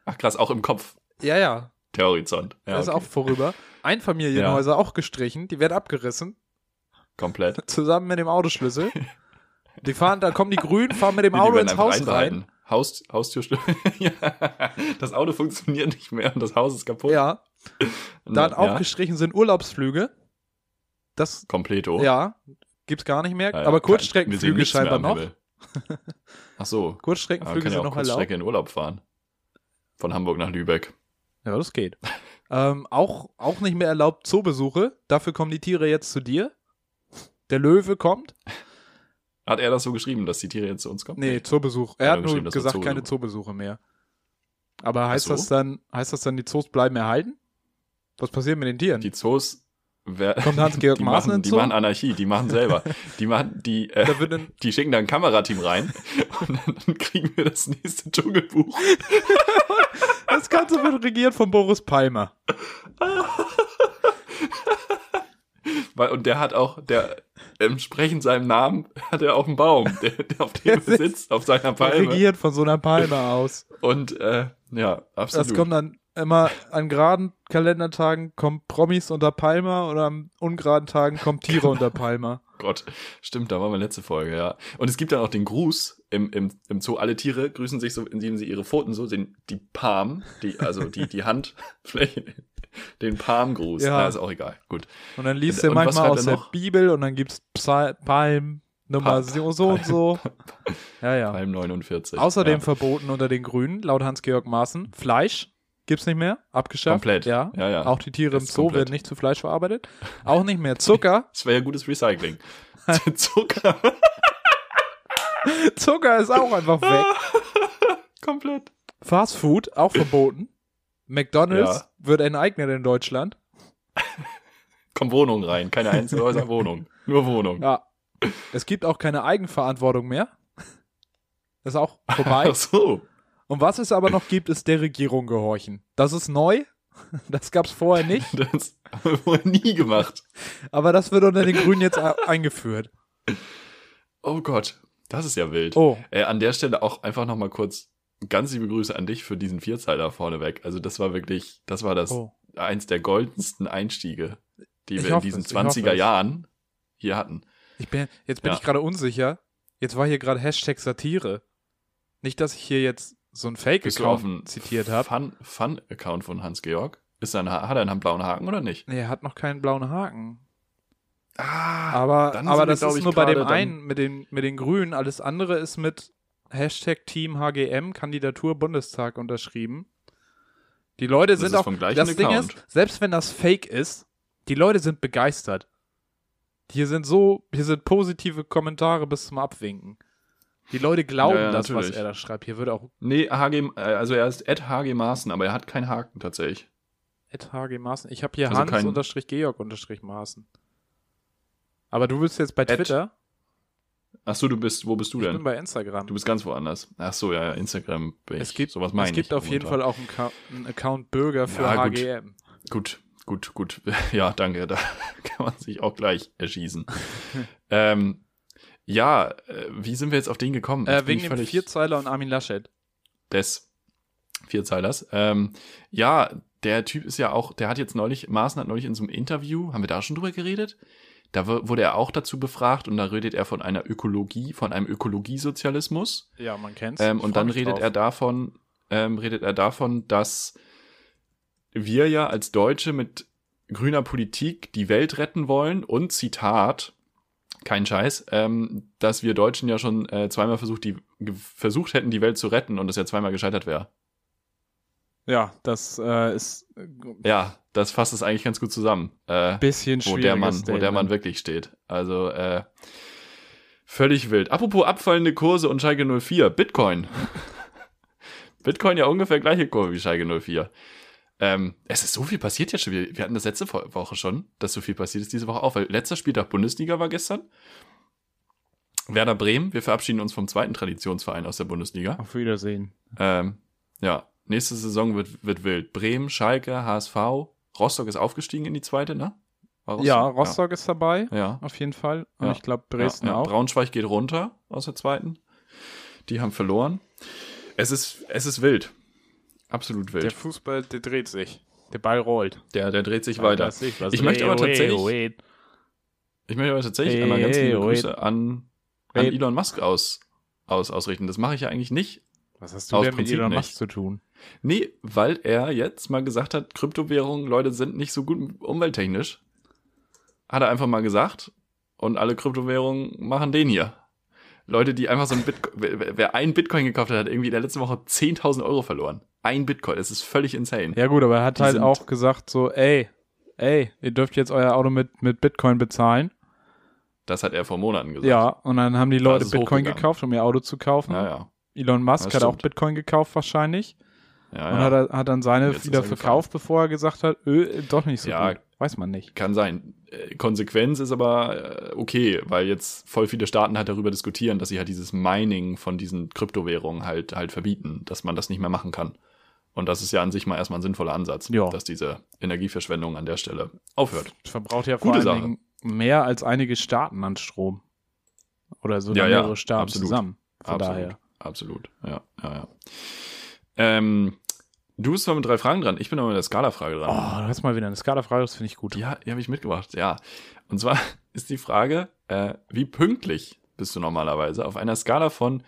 Speaker 3: ach krass, auch im Kopf,
Speaker 1: Ja, ja.
Speaker 3: der Horizont. Ja,
Speaker 1: Ist
Speaker 3: okay.
Speaker 1: auch vorüber. Einfamilienhäuser auch gestrichen. Die werden abgerissen.
Speaker 3: komplett.
Speaker 1: Zusammen mit dem Autoschlüssel. Die fahren, da kommen die Grünen, fahren mit dem
Speaker 3: Nee, die
Speaker 1: Auto
Speaker 3: werden
Speaker 1: ins
Speaker 3: einfach
Speaker 1: Haus rein.
Speaker 3: einbehalten. Haus, Haustürschlüssel. ja. Das Auto funktioniert nicht mehr und das Haus ist kaputt.
Speaker 1: Ja, dann
Speaker 3: Na, ja.
Speaker 1: aufgestrichen sind Urlaubsflüge. Das,
Speaker 3: Kompleto.
Speaker 1: ja, gibt's gar nicht mehr.
Speaker 3: Oh. Ja, ja,
Speaker 1: aber
Speaker 3: kein- wir sehen
Speaker 1: Kurzstreckenflüge
Speaker 3: nichts mehr
Speaker 1: scheinbar
Speaker 3: am
Speaker 1: noch.
Speaker 3: Himmel. Ach so. Aber Man
Speaker 1: Kurzstreckenflüge
Speaker 3: kann ja
Speaker 1: sind
Speaker 3: auch
Speaker 1: noch erlaubt.
Speaker 3: Kurzstrecke in Urlaub fahren. Von Hamburg nach Lübeck.
Speaker 1: Ja, das geht. ähm, auch, auch nicht mehr erlaubt Zoobesuche. Dafür kommen die Tiere jetzt zu dir. Der Löwe kommt.
Speaker 3: Hat er das so geschrieben, dass die Tiere jetzt zu uns kommen?
Speaker 1: Nee, Zoobesuch. Er
Speaker 3: Ja, dann
Speaker 1: hat nur
Speaker 3: bestimmt, dass wir
Speaker 1: gesagt,
Speaker 3: Zoobesuche.
Speaker 1: keine Zoobesuche mehr. Aber heißt
Speaker 3: so.
Speaker 1: das dann, heißt das dann, die Zoos bleiben erhalten? Was passiert mit den Tieren?
Speaker 3: Die Zoos. Wer,
Speaker 1: Kommt Hans-Georg
Speaker 3: die,
Speaker 1: Maaßen
Speaker 3: machen,
Speaker 1: ins
Speaker 3: die
Speaker 1: Zoo?
Speaker 3: machen Anarchie, die machen selber. Die machen, die, äh,
Speaker 1: da wird ein,
Speaker 3: die schicken da ein Kamerateam rein und dann, dann kriegen wir das nächste Dschungelbuch.
Speaker 1: das Ganze wird regiert von Boris Palmer.
Speaker 3: Weil, und der hat auch, der entsprechend seinem Namen hat er auch einen Baum, der, der auf dem
Speaker 1: Der
Speaker 3: er sitzt, auf seiner Palme.
Speaker 1: Regiert von so einer Palme aus.
Speaker 3: Und äh, ja, absolut.
Speaker 1: Das kommt dann immer an geraden Kalendertagen kommt Promis unter Palmer oder an ungeraden Tagen kommen
Speaker 3: Genau.
Speaker 1: Tiere unter Palmer.
Speaker 3: Gott, stimmt, da war meine letzte Folge, ja. Und es gibt dann auch den Gruß im, im, im Zoo. Alle Tiere grüßen sich so, indem sie ihre Pfoten so, den, die Palm, die, also die, die Handfläche, den Palmgruß.
Speaker 1: Ja.
Speaker 3: Ja. Na, ist auch egal. Gut.
Speaker 1: Und dann liest
Speaker 3: Und-
Speaker 1: er
Speaker 3: und was
Speaker 1: manchmal
Speaker 3: schreibt
Speaker 1: aus
Speaker 3: er
Speaker 1: der
Speaker 3: noch?
Speaker 1: Bibel und dann gibt's Psal Palm Nummer
Speaker 3: Pal-
Speaker 1: so, so und so. Ja, ja.
Speaker 3: Palm 49.
Speaker 1: Außerdem
Speaker 3: ja.
Speaker 1: verboten unter den Grünen, laut Hans-Georg Maaßen, Fleisch gibt's nicht mehr, abgeschafft.
Speaker 3: Komplett.
Speaker 1: Ja.
Speaker 3: Ja, ja.
Speaker 1: Auch die Tiere im
Speaker 3: Ist
Speaker 1: Zoo
Speaker 3: komplett.
Speaker 1: werden nicht zu Fleisch verarbeitet. Auch nicht mehr Zucker.
Speaker 3: Das wäre ja gutes Recycling. Zucker.
Speaker 1: Zucker ist auch einfach weg.
Speaker 3: Ah. Komplett.
Speaker 1: Fast Food, auch verboten. McDonalds
Speaker 3: Ja.
Speaker 1: wird enteignet in Deutschland.
Speaker 3: Komm Wohnung rein. Keine Einzelhäuser, Wohnung. Nur Wohnung.
Speaker 1: Ja. Es gibt auch keine Eigenverantwortung mehr. Das ist auch vorbei.
Speaker 3: Ach so.
Speaker 1: Und was es aber noch gibt, ist der Regierung gehorchen. Das ist neu. Das gab es vorher nicht.
Speaker 3: Das haben wir vorher nie gemacht.
Speaker 1: Aber das wird unter den Grünen jetzt a- eingeführt.
Speaker 3: Oh Gott. Das ist ja wild.
Speaker 1: Oh,
Speaker 3: Äh, an der Stelle auch einfach nochmal kurz ganz liebe Grüße an dich für diesen Vierzeiler vorneweg. Also das war wirklich, das war das
Speaker 1: oh.
Speaker 3: eins der goldensten Einstiege, die
Speaker 1: Ich
Speaker 3: wir in
Speaker 1: hoffe
Speaker 3: diesen
Speaker 1: es, ich hoffe
Speaker 3: 20er
Speaker 1: es.
Speaker 3: Jahren hier hatten.
Speaker 1: Ich bin, jetzt bin
Speaker 3: Ja.
Speaker 1: ich gerade unsicher. Jetzt war hier gerade Hashtag Satire. Nicht, dass ich hier jetzt so ein
Speaker 3: Bist du auf einen
Speaker 1: Fake-Account zitiert habe.
Speaker 3: Fun- Fun-Account von Hans-Georg? Ist er ein, hat er einen blauen Haken oder nicht?
Speaker 1: Nee, er hat noch keinen blauen Haken.
Speaker 3: Ah,
Speaker 1: Aber,
Speaker 3: dann sind
Speaker 1: aber
Speaker 3: wir,
Speaker 1: das
Speaker 3: glaub
Speaker 1: ist
Speaker 3: ich,
Speaker 1: nur bei dem
Speaker 3: gerade dann-
Speaker 1: einen mit den, mit den Grünen. Alles andere ist mit Hashtag Team HGM Kandidatur Bundestag unterschrieben. Die Leute
Speaker 3: Das
Speaker 1: sind
Speaker 3: ist
Speaker 1: auch.
Speaker 3: vom gleichen
Speaker 1: das Ding
Speaker 3: Account.
Speaker 1: ist, selbst wenn das Fake ist, die Leute sind begeistert. Hier sind so, hier sind positive Kommentare bis zum Abwinken. Die Leute glauben
Speaker 3: Ja, ja,
Speaker 1: das, was
Speaker 3: natürlich.
Speaker 1: er da schreibt. Hier wird auch
Speaker 3: nee, HG, äh, also er ist Ed HG Maaßen, aber er hat keinen Haken tatsächlich.
Speaker 1: Ed HG Maaßen. Ich habe hier
Speaker 3: Also kein-
Speaker 1: Hans-Georg-Maaßen. Aber du bist jetzt bei
Speaker 3: Ed-
Speaker 1: Twitter.
Speaker 3: Ach so, du bist, wo bist du
Speaker 1: ich bin
Speaker 3: denn?
Speaker 1: bei Instagram.
Speaker 3: Du bist ganz woanders. Ach so, ja, ja, Instagram. bin
Speaker 1: Es
Speaker 3: ich.
Speaker 1: gibt,
Speaker 3: sowas meine
Speaker 1: es gibt
Speaker 3: ich
Speaker 1: auf jeden
Speaker 3: momentan.
Speaker 1: Fall auch einen, Ka- einen Account Bürger für
Speaker 3: Ja, gut.
Speaker 1: HGM.
Speaker 3: Gut, gut, gut. Ja, danke. Da kann man sich auch gleich erschießen. ähm, ja, äh, wie sind wir jetzt auf den gekommen? Jetzt
Speaker 1: Äh,
Speaker 3: bin
Speaker 1: wegen
Speaker 3: ich
Speaker 1: dem
Speaker 3: völlig
Speaker 1: Vierzeiler und Armin Laschet.
Speaker 3: des Vierzeilers. Ähm, ja, der Typ ist ja auch, der hat jetzt neulich, Maaßen hat neulich in so einem Interview, haben wir da schon drüber geredet? Da wu- wurde er auch dazu befragt und da redet er von einer Ökologie, von einem Ökologiesozialismus.
Speaker 1: Ja, man kennt's.
Speaker 3: Ähm,
Speaker 1: Ich
Speaker 3: und
Speaker 1: freu
Speaker 3: dann
Speaker 1: mich
Speaker 3: redet
Speaker 1: drauf.
Speaker 3: er davon, ähm, redet er davon, dass wir ja als Deutsche mit grüner Politik die Welt retten wollen und Zitat, kein Scheiß, ähm, dass wir Deutschen ja schon äh, zweimal versucht, die ge- versucht hätten, die Welt zu retten und es ja zweimal gescheitert wäre.
Speaker 1: Ja, das äh, ist ein
Speaker 3: Ja, das fasst es eigentlich ganz gut zusammen. Äh,
Speaker 1: bisschen
Speaker 3: wo
Speaker 1: schwierig.
Speaker 3: der Mann, wo
Speaker 1: ne?
Speaker 3: der Mann wirklich steht. Also äh, völlig wild. Apropos abfallende Kurse und Schalke 04, Bitcoin. Bitcoin ja ungefähr gleiche Kurve wie Schalke 04. Ähm, es ist so viel passiert jetzt schon. wieder. Wir hatten das letzte Vo- Woche schon, dass so viel passiert ist diese Woche auch. Weil letzter Spieltag Bundesliga war gestern. Werder Bremen, wir verabschieden uns vom zweiten Traditionsverein aus der Bundesliga.
Speaker 1: Auf Wiedersehen.
Speaker 3: Ähm, ja, nächste Saison wird, wird wild. Bremen, Schalke, HSV. Rostock ist aufgestiegen in die zweite, ne? War
Speaker 1: Ja, Rostock ist dabei,
Speaker 3: ja.
Speaker 1: auf jeden Fall. Und
Speaker 3: Ja.
Speaker 1: ich glaube, Dresden
Speaker 3: ja, ja.
Speaker 1: auch.
Speaker 3: Braunschweig geht runter aus der zweiten. Die haben verloren. Es ist, es ist wild. Absolut wild.
Speaker 1: Fußball, der dreht sich. Der Ball rollt.
Speaker 3: Der, der dreht sich weiter.
Speaker 1: Weiß Ich, was
Speaker 3: Ich möchte aber
Speaker 1: Ey, ey,
Speaker 3: tatsächlich-
Speaker 1: ey.
Speaker 3: Ich möchte aber tatsächlich
Speaker 1: Hey,
Speaker 3: einmal ganz
Speaker 1: hey,
Speaker 3: liebe
Speaker 1: wait.
Speaker 3: Grüße an, an
Speaker 1: Wait.
Speaker 3: Elon Musk aus, aus, ausrichten. Das mache ich ja eigentlich nicht,
Speaker 1: Was hast du
Speaker 3: Aus
Speaker 1: denn mit
Speaker 3: Prinzip
Speaker 1: Elon Musk
Speaker 3: nicht.
Speaker 1: zu tun?
Speaker 3: Nee, weil er jetzt mal gesagt hat, Kryptowährungen, Leute, sind nicht so gut umwelttechnisch. Hat er einfach mal gesagt. Und alle Kryptowährungen machen den hier. Leute, die einfach so ein Bitcoin, wer wer einen Bitcoin gekauft hat, hat irgendwie in der letzten Woche 10.000 Euro verloren. Ein Bitcoin, das ist völlig insane.
Speaker 1: Ja gut, aber er hat
Speaker 3: Die
Speaker 1: halt
Speaker 3: sind-
Speaker 1: auch gesagt so, ey, ey, ihr dürft jetzt euer Auto mit, mit Bitcoin bezahlen.
Speaker 3: Das hat er vor Monaten gesagt.
Speaker 1: Ja, und dann haben die Leute
Speaker 3: ist es
Speaker 1: Bitcoin
Speaker 3: hochgegangen.
Speaker 1: gekauft, um ihr Auto zu kaufen.
Speaker 3: Ja, ja.
Speaker 1: Elon Musk
Speaker 3: Das
Speaker 1: hat auch
Speaker 3: stimmt.
Speaker 1: Bitcoin gekauft wahrscheinlich.
Speaker 3: ja,
Speaker 1: Und
Speaker 3: ja.
Speaker 1: hat, er- hat dann seine
Speaker 3: Jetzt ist
Speaker 1: wieder
Speaker 3: er gefallen.
Speaker 1: verkauft, bevor er gesagt hat, öh, doch nicht so
Speaker 3: Ja.
Speaker 1: gut. Weiß man nicht.
Speaker 3: Kann sein. Äh, Konsequenz ist aber äh, okay, weil jetzt voll viele Staaten halt darüber diskutieren, dass sie halt dieses Mining von diesen Kryptowährungen halt halt verbieten, dass man das nicht mehr machen kann. Und das ist ja an sich mal erstmal ein sinnvoller Ansatz,
Speaker 1: Ja.
Speaker 3: dass diese Energieverschwendung an der Stelle aufhört.
Speaker 1: Es verbraucht ja vor
Speaker 3: Gute
Speaker 1: allen
Speaker 3: Sache.
Speaker 1: Dingen mehr als einige Staaten an Strom. Oder so
Speaker 3: Ja, ja,
Speaker 1: mehrere Staaten
Speaker 3: absolut.
Speaker 1: zusammen. Von
Speaker 3: Absolut.
Speaker 1: daher.
Speaker 3: Absolut. Ja, ja, ja. Ähm, du bist zwar mit drei Fragen dran, ich bin aber mit der Skala-Frage
Speaker 1: Oh,
Speaker 3: dran.
Speaker 1: du hast mal wieder eine Skala-Frage, das finde ich gut.
Speaker 3: Ja, die habe ich mitgebracht, ja. Und zwar ist die Frage, äh, wie pünktlich bist du normalerweise auf einer Skala von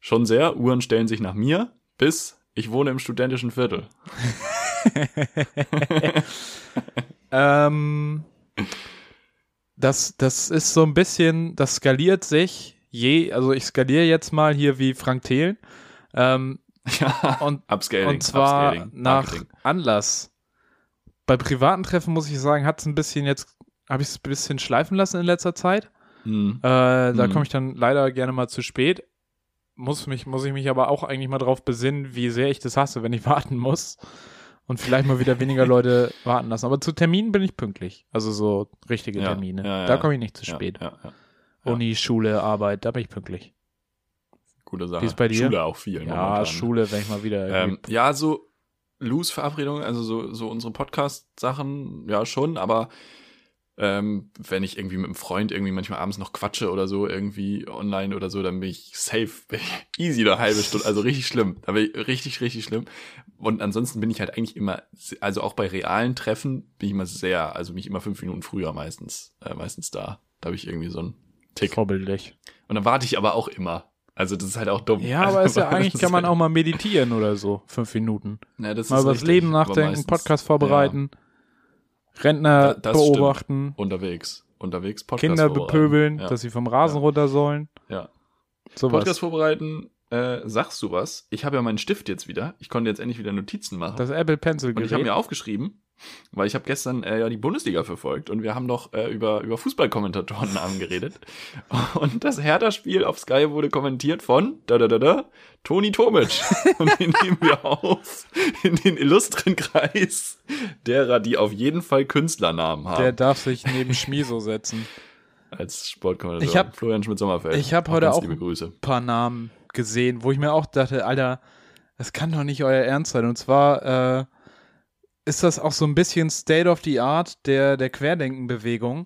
Speaker 3: schon sehr, Uhren stellen sich nach mir, bis ich wohne im studentischen Viertel.
Speaker 1: Ähm, das, das ist so ein bisschen, das skaliert sich je, also ich skaliere jetzt mal hier wie Frank Thelen. Ähm,
Speaker 3: Ja,
Speaker 1: und,
Speaker 3: Upscaling.
Speaker 1: und zwar
Speaker 3: Upscaling,
Speaker 1: nach
Speaker 3: Marketing.
Speaker 1: Anlass. Bei privaten Treffen muss ich sagen, hat es ein bisschen jetzt, habe ich es ein bisschen schleifen lassen in letzter Zeit.
Speaker 3: Hm.
Speaker 1: Äh, Da
Speaker 3: Mhm.
Speaker 1: komme ich dann leider gerne mal zu spät. Muss, mich, muss ich mich aber auch eigentlich mal drauf besinnen, wie sehr ich das hasse, wenn ich warten muss. Und vielleicht mal wieder weniger Leute warten lassen. Aber zu Terminen bin ich pünktlich. Also so richtige
Speaker 3: Ja,
Speaker 1: Termine.
Speaker 3: ja, ja.
Speaker 1: da komme ich nicht zu
Speaker 3: Ja,
Speaker 1: spät.
Speaker 3: Ja, ja. ja.
Speaker 1: Uni, Schule, Arbeit, da bin ich pünktlich.
Speaker 3: Gute Sache.
Speaker 1: Wie ist bei dir?
Speaker 3: Schule auch viel.
Speaker 1: Ja,
Speaker 3: momentan.
Speaker 1: Schule, wenn ich mal wieder.
Speaker 3: Ähm, ja, so loose Verabredungen, also so, so unsere Podcast-Sachen, ja schon, aber ähm, wenn ich irgendwie mit einem Freund irgendwie manchmal abends noch quatsche oder so, irgendwie online oder so, dann bin ich safe, bin ich easy eine halbe Stunde, also richtig schlimm, da bin ich richtig, richtig schlimm. Und ansonsten bin ich halt eigentlich immer, se- also auch bei realen Treffen bin ich immer sehr, also bin ich immer fünf Minuten früher meistens, äh, meistens da. Da habe ich irgendwie so einen Tick.
Speaker 1: vorbildlich.
Speaker 3: Und dann warte ich aber auch immer. Also das ist halt auch dumm.
Speaker 1: Ja, aber ist ja
Speaker 3: Also,
Speaker 1: eigentlich,
Speaker 3: das
Speaker 1: kann man
Speaker 3: halt-
Speaker 1: auch mal meditieren oder so. Fünf Minuten.
Speaker 3: Ja, das
Speaker 1: Mal
Speaker 3: ist
Speaker 1: über das
Speaker 3: richtig,
Speaker 1: Leben
Speaker 3: aber
Speaker 1: nachdenken,
Speaker 3: meistens-
Speaker 1: Podcast
Speaker 3: Ja.
Speaker 1: vorbereiten, Rentner
Speaker 3: Da- das
Speaker 1: beobachten,
Speaker 3: Unterwegs. Unterwegs Podcast
Speaker 1: Kinder
Speaker 3: vorbereiten.
Speaker 1: bepöbeln,
Speaker 3: Ja.
Speaker 1: dass sie vom Rasen
Speaker 3: Ja.
Speaker 1: runter sollen.
Speaker 3: ja.
Speaker 1: Sowas.
Speaker 3: Podcast vorbereiten, äh, sagst du was? Ich habe ja meinen Stift jetzt wieder. Ich konnte jetzt endlich wieder Notizen machen.
Speaker 1: Das Apple Pencil
Speaker 3: und
Speaker 1: Gerät.
Speaker 3: ich habe mir aufgeschrieben, weil ich habe gestern äh, ja die Bundesliga verfolgt und wir haben doch äh, über, über Fußballkommentatorennamen geredet. Und das Hertha-Spiel auf Sky wurde kommentiert von da da da da Toni Tomic. Und den nehmen wir auf in den illustren Kreis derer, die auf jeden Fall Künstlernamen haben.
Speaker 1: Der darf sich neben Schmiso setzen.
Speaker 3: als Sportkommentator.
Speaker 1: Ich hab-
Speaker 3: Florian Schmidt-Sommerfeld.
Speaker 1: ich hab heute
Speaker 3: ganz
Speaker 1: auch-
Speaker 3: liebe Grüße.
Speaker 1: Ein paar Namen gesehen, wo ich mir auch dachte, Alter, das kann doch nicht euer Ernst sein. Und zwar äh, ist das auch so ein bisschen State of the Art der, der Querdenken-Bewegung.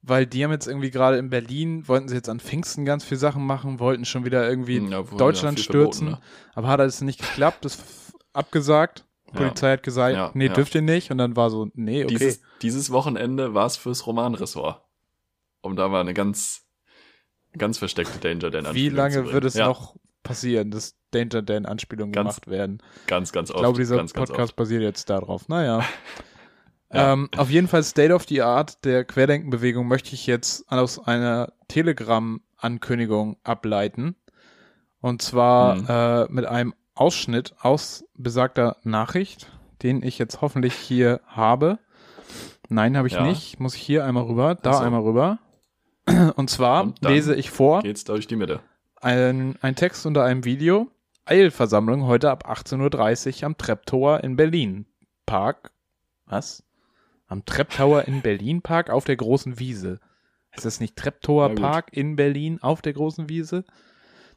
Speaker 1: Weil die haben jetzt irgendwie gerade in Berlin, wollten sie jetzt an Pfingsten ganz viel Sachen machen, wollten schon wieder irgendwie
Speaker 3: Hm, Ja, wurde
Speaker 1: Deutschland
Speaker 3: ja viel
Speaker 1: stürzen.
Speaker 3: verboten, ne?
Speaker 1: Aber hat alles nicht geklappt, ist f- abgesagt.
Speaker 3: Ja.
Speaker 1: Polizei hat gesagt,
Speaker 3: Ja,
Speaker 1: nee,
Speaker 3: ja.
Speaker 1: dürft ihr nicht. Und dann war so, nee, okay.
Speaker 3: Dieses, dieses Wochenende war es fürs Romanressort. Um da mal eine ganz, ganz versteckte Danger Dan
Speaker 1: Wie
Speaker 3: Anspielung zu
Speaker 1: lange
Speaker 3: bringen.
Speaker 1: wird es
Speaker 3: ja,
Speaker 1: noch passieren, dass Danger Dan Anspielungen
Speaker 3: Ganz
Speaker 1: gemacht werden?
Speaker 3: Ganz, ganz oft.
Speaker 1: ich glaube, dieser
Speaker 3: ganz, ganz
Speaker 1: Podcast
Speaker 3: oft.
Speaker 1: basiert jetzt darauf. Naja.
Speaker 3: Ja.
Speaker 1: Ähm, auf jeden Fall State of the Art der Querdenkenbewegung möchte ich jetzt aus einer Telegram-Ankündigung ableiten. Und zwar
Speaker 3: Mhm.
Speaker 1: äh, mit einem Ausschnitt aus besagter Nachricht, den ich jetzt hoffentlich hier habe. Nein, habe ich
Speaker 3: Ja.
Speaker 1: nicht. Muss ich hier einmal rüber, da
Speaker 3: Ach so.
Speaker 1: einmal rüber. Und zwar
Speaker 3: Und dann
Speaker 1: lese ich vor
Speaker 3: Geht's durch die Mitte.
Speaker 1: ein, ein Text unter einem Video. Eilversammlung heute ab 18.30 Uhr am Treptower in Berlin. Park. Was? Am Treptower in Berlin Park auf der großen Wiese. Ist das nicht
Speaker 3: Na
Speaker 1: Treptower
Speaker 3: gut.
Speaker 1: Park in Berlin auf der großen Wiese?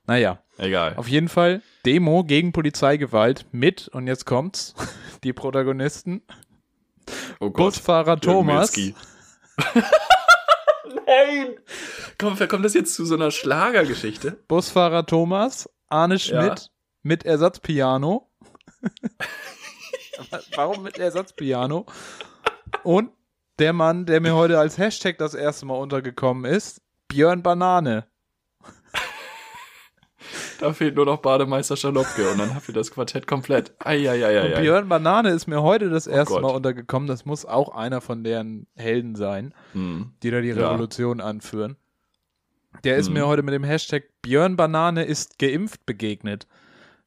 Speaker 1: Naja,
Speaker 3: Egal.
Speaker 1: auf jeden Fall Demo gegen Polizeigewalt mit, und jetzt kommt's, die Protagonisten.
Speaker 3: oh Gott.
Speaker 1: Busfahrer
Speaker 3: Jürgen
Speaker 1: Thomas.
Speaker 3: Milski. Nein! Komm, kommt das jetzt zu so einer Schlagergeschichte?
Speaker 1: Busfahrer Thomas, Arne Schmidt
Speaker 3: Ja.
Speaker 1: mit Ersatzpiano. Aber Warum mit Ersatzpiano? Und der Mann, der mir heute als Hashtag das erste Mal untergekommen ist, Björn Banane.
Speaker 3: Da fehlt nur noch Bademeister Schalopke und dann habt ihr das Quartett komplett.
Speaker 1: Und
Speaker 3: Eieieiei.
Speaker 1: Björn Banane ist mir heute das erste
Speaker 3: Oh Gott.
Speaker 1: Mal untergekommen. Das muss auch einer von deren Helden sein,
Speaker 3: Hm.
Speaker 1: die da die
Speaker 3: Ja.
Speaker 1: Revolution anführen. Der ist
Speaker 3: Mhm.
Speaker 1: mir heute mit dem Hashtag Björn Banane ist geimpft begegnet.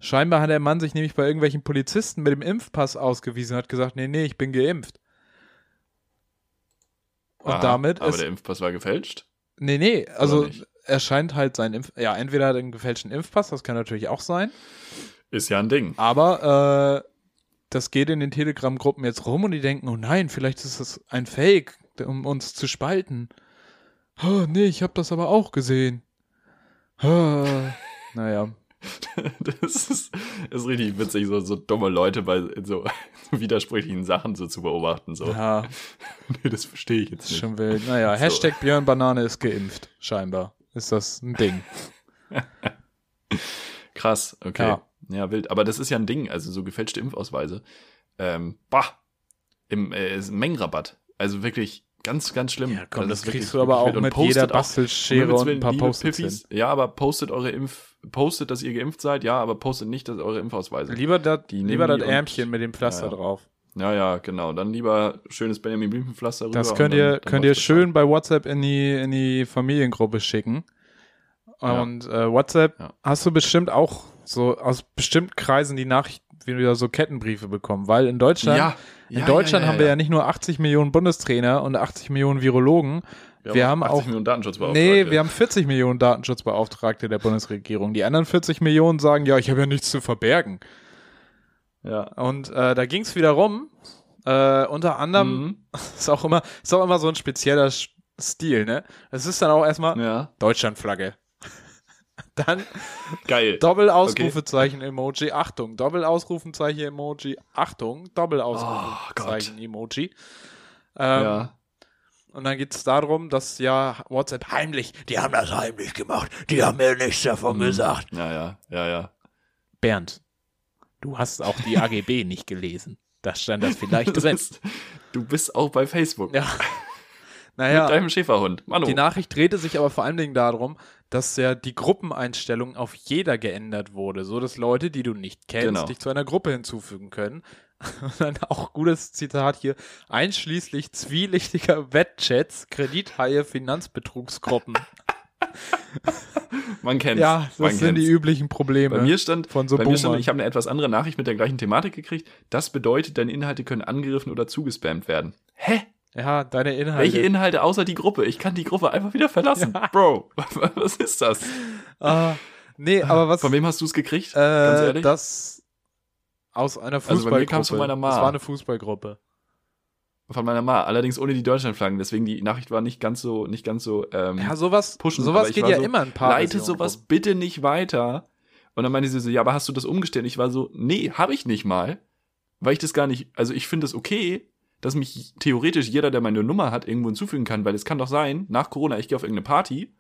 Speaker 1: Scheinbar hat der Mann sich nämlich bei irgendwelchen Polizisten mit dem Impfpass ausgewiesen und hat gesagt, nee, nee, ich bin geimpft. Und
Speaker 3: Aha,
Speaker 1: damit
Speaker 3: Ah, Aber
Speaker 1: ist
Speaker 3: der Impfpass war gefälscht.
Speaker 1: Nee, nee, also
Speaker 3: Oder nicht?
Speaker 1: er scheint halt seinen Impf. Ja, entweder hat er einen gefälschten Impfpass, das kann natürlich auch sein,
Speaker 3: Ist ja ein Ding.
Speaker 1: aber äh, das geht in den Telegram-Gruppen jetzt rum und die denken, oh nein, vielleicht ist das ein Fake, um uns zu spalten. Oh, nee, ich habe das aber auch gesehen. Oh, naja.
Speaker 3: Das ist, ist richtig witzig, so, so dumme Leute bei so widersprüchlichen Sachen so zu beobachten. So.
Speaker 1: Ja,
Speaker 3: Nee, das verstehe ich jetzt
Speaker 1: ist
Speaker 3: nicht.
Speaker 1: schon wild. Naja,
Speaker 3: So.
Speaker 1: Hashtag Björn Banane ist geimpft, scheinbar. Ist das ein Ding.
Speaker 3: Krass, okay.
Speaker 1: Ja.
Speaker 3: Ja. wild. Aber das ist ja ein Ding, also so gefälschte Impfausweise. Ähm, bah! Im äh, ist ein Mengenrabatt. Also wirklich ganz, ganz schlimm.
Speaker 1: Ja, komm, das,
Speaker 3: ist wirklich-
Speaker 1: kriegst du aber
Speaker 3: wirklich
Speaker 1: auch
Speaker 3: wild. Und
Speaker 1: mit
Speaker 3: postet
Speaker 1: jeder
Speaker 3: auch- um
Speaker 1: Bastelschere
Speaker 3: Himmels
Speaker 1: und ein
Speaker 3: Willen,
Speaker 1: paar
Speaker 3: liebe
Speaker 1: Post-its hin.
Speaker 3: Piffis, Ja, aber postet eure Impf, postet, dass ihr geimpft seid, ja, aber postet nicht, dass eure Impfausweise.
Speaker 1: Lieber das,
Speaker 3: Die nehmen
Speaker 1: lieber das
Speaker 3: die und-
Speaker 1: Ärmchen mit dem Pflaster
Speaker 3: Ja, ja.
Speaker 1: drauf.
Speaker 3: ja, ja, genau. Dann lieber schönes Benjamin Blümchenpflaster rüber.
Speaker 1: Das
Speaker 3: und
Speaker 1: könnt
Speaker 3: dann-
Speaker 1: ihr,
Speaker 3: dann
Speaker 1: könnt ihr
Speaker 3: läuft das
Speaker 1: schön
Speaker 3: schon.
Speaker 1: bei WhatsApp in die, in die Familiengruppe schicken.
Speaker 3: Ja.
Speaker 1: Und äh, WhatsApp
Speaker 3: Ja.
Speaker 1: hast du bestimmt auch so aus bestimmten Kreisen die Nachricht wieder so Kettenbriefe bekommen, weil in Deutschland,
Speaker 3: Ja,
Speaker 1: in Deutschland haben wir ja nicht nur 80 Millionen Bundestrainer und 80 Millionen Virologen. wir haben
Speaker 3: 80
Speaker 1: auch
Speaker 3: Millionen Datenschutzbeauftragte.
Speaker 1: Nee, wir haben 40 Millionen Datenschutzbeauftragte der Bundesregierung. Die anderen 40 Millionen sagen, ja, ich habe ja nichts zu verbergen.
Speaker 3: Ja.
Speaker 1: Und äh, da ging es wieder rum. Äh, unter anderem
Speaker 3: Mhm.
Speaker 1: ist auch immer, ist auch immer so ein spezieller Sch- Stil, ne? Es ist dann auch erstmal
Speaker 3: Ja.
Speaker 1: Deutschlandflagge. Dann
Speaker 3: Geil.
Speaker 1: Doppelausrufezeichen Emoji, Achtung, Doppelausrufezeichen Emoji, Achtung, Doppelausrufezeichen Emoji. Ähm,
Speaker 3: ja.
Speaker 1: Und dann geht es darum, dass ja WhatsApp heimlich
Speaker 2: Die haben das heimlich gemacht. Die haben mir nichts davon gesagt.
Speaker 3: Ja, ja, ja, ja.
Speaker 1: Mhm. Bernd, du hast auch die AGB nicht gelesen. Da stand das vielleicht
Speaker 3: Das ist- Du bist auch bei Facebook.
Speaker 1: Ja.
Speaker 3: Mit
Speaker 1: Naja,
Speaker 3: deinem Schäferhund. Manu.
Speaker 1: die Nachricht drehte sich aber vor allen Dingen darum, dass ja die Gruppeneinstellung auf jeder geändert wurde, so dass Leute, die du nicht kennst,
Speaker 3: Genau.
Speaker 1: dich zu einer Gruppe hinzufügen können. Und dann auch gutes Zitat hier, einschließlich zwielichtiger Wettchats, Kredithaie, Finanzbetrugsgruppen.
Speaker 3: Man kennt's.
Speaker 1: ja,
Speaker 3: Man
Speaker 1: das sind die üblichen Probleme.
Speaker 3: Bei mir stand,
Speaker 1: von so
Speaker 3: bei mir stand
Speaker 1: Boomern.
Speaker 3: ich habe eine etwas andere Nachricht mit der gleichen Thematik gekriegt. Das bedeutet, deine Inhalte können angegriffen oder zugespammt werden. Hä?
Speaker 1: ja, deine Inhalte.
Speaker 3: Welche Inhalte außer die Gruppe? Ich kann die Gruppe einfach wieder verlassen. Bro, was ist das?
Speaker 1: Ah, nee, aber was...
Speaker 3: Von wem hast du es gekriegt? Ganz
Speaker 1: Äh,
Speaker 3: ehrlich?
Speaker 1: das aus einer
Speaker 3: Also bei
Speaker 1: Fußballgruppe.
Speaker 3: mir kam's von meiner Ma.
Speaker 1: Das war eine Fußballgruppe.
Speaker 3: Von meiner Ma. Allerdings ohne die Deutschlandflaggen. Deswegen die Nachricht war nicht ganz so, nicht ganz so. Ähm,
Speaker 1: Ja, sowas,
Speaker 3: Pushen, aber
Speaker 1: sowas
Speaker 3: ich
Speaker 1: geht
Speaker 3: war
Speaker 1: ja
Speaker 3: so,
Speaker 1: immer ein paar.
Speaker 3: leite
Speaker 1: Versionen
Speaker 3: sowas
Speaker 1: rum.
Speaker 3: bitte nicht weiter. Und dann meinte sie so, ja, aber hast du das umgestellt? Ich war so, nee, habe ich nicht mal, weil ich das gar nicht, also ich finde es das okay, dass mich theoretisch jeder, der meine Nummer hat, irgendwo hinzufügen kann, weil es kann doch sein, nach Corona, ich gehe auf irgendeine Party,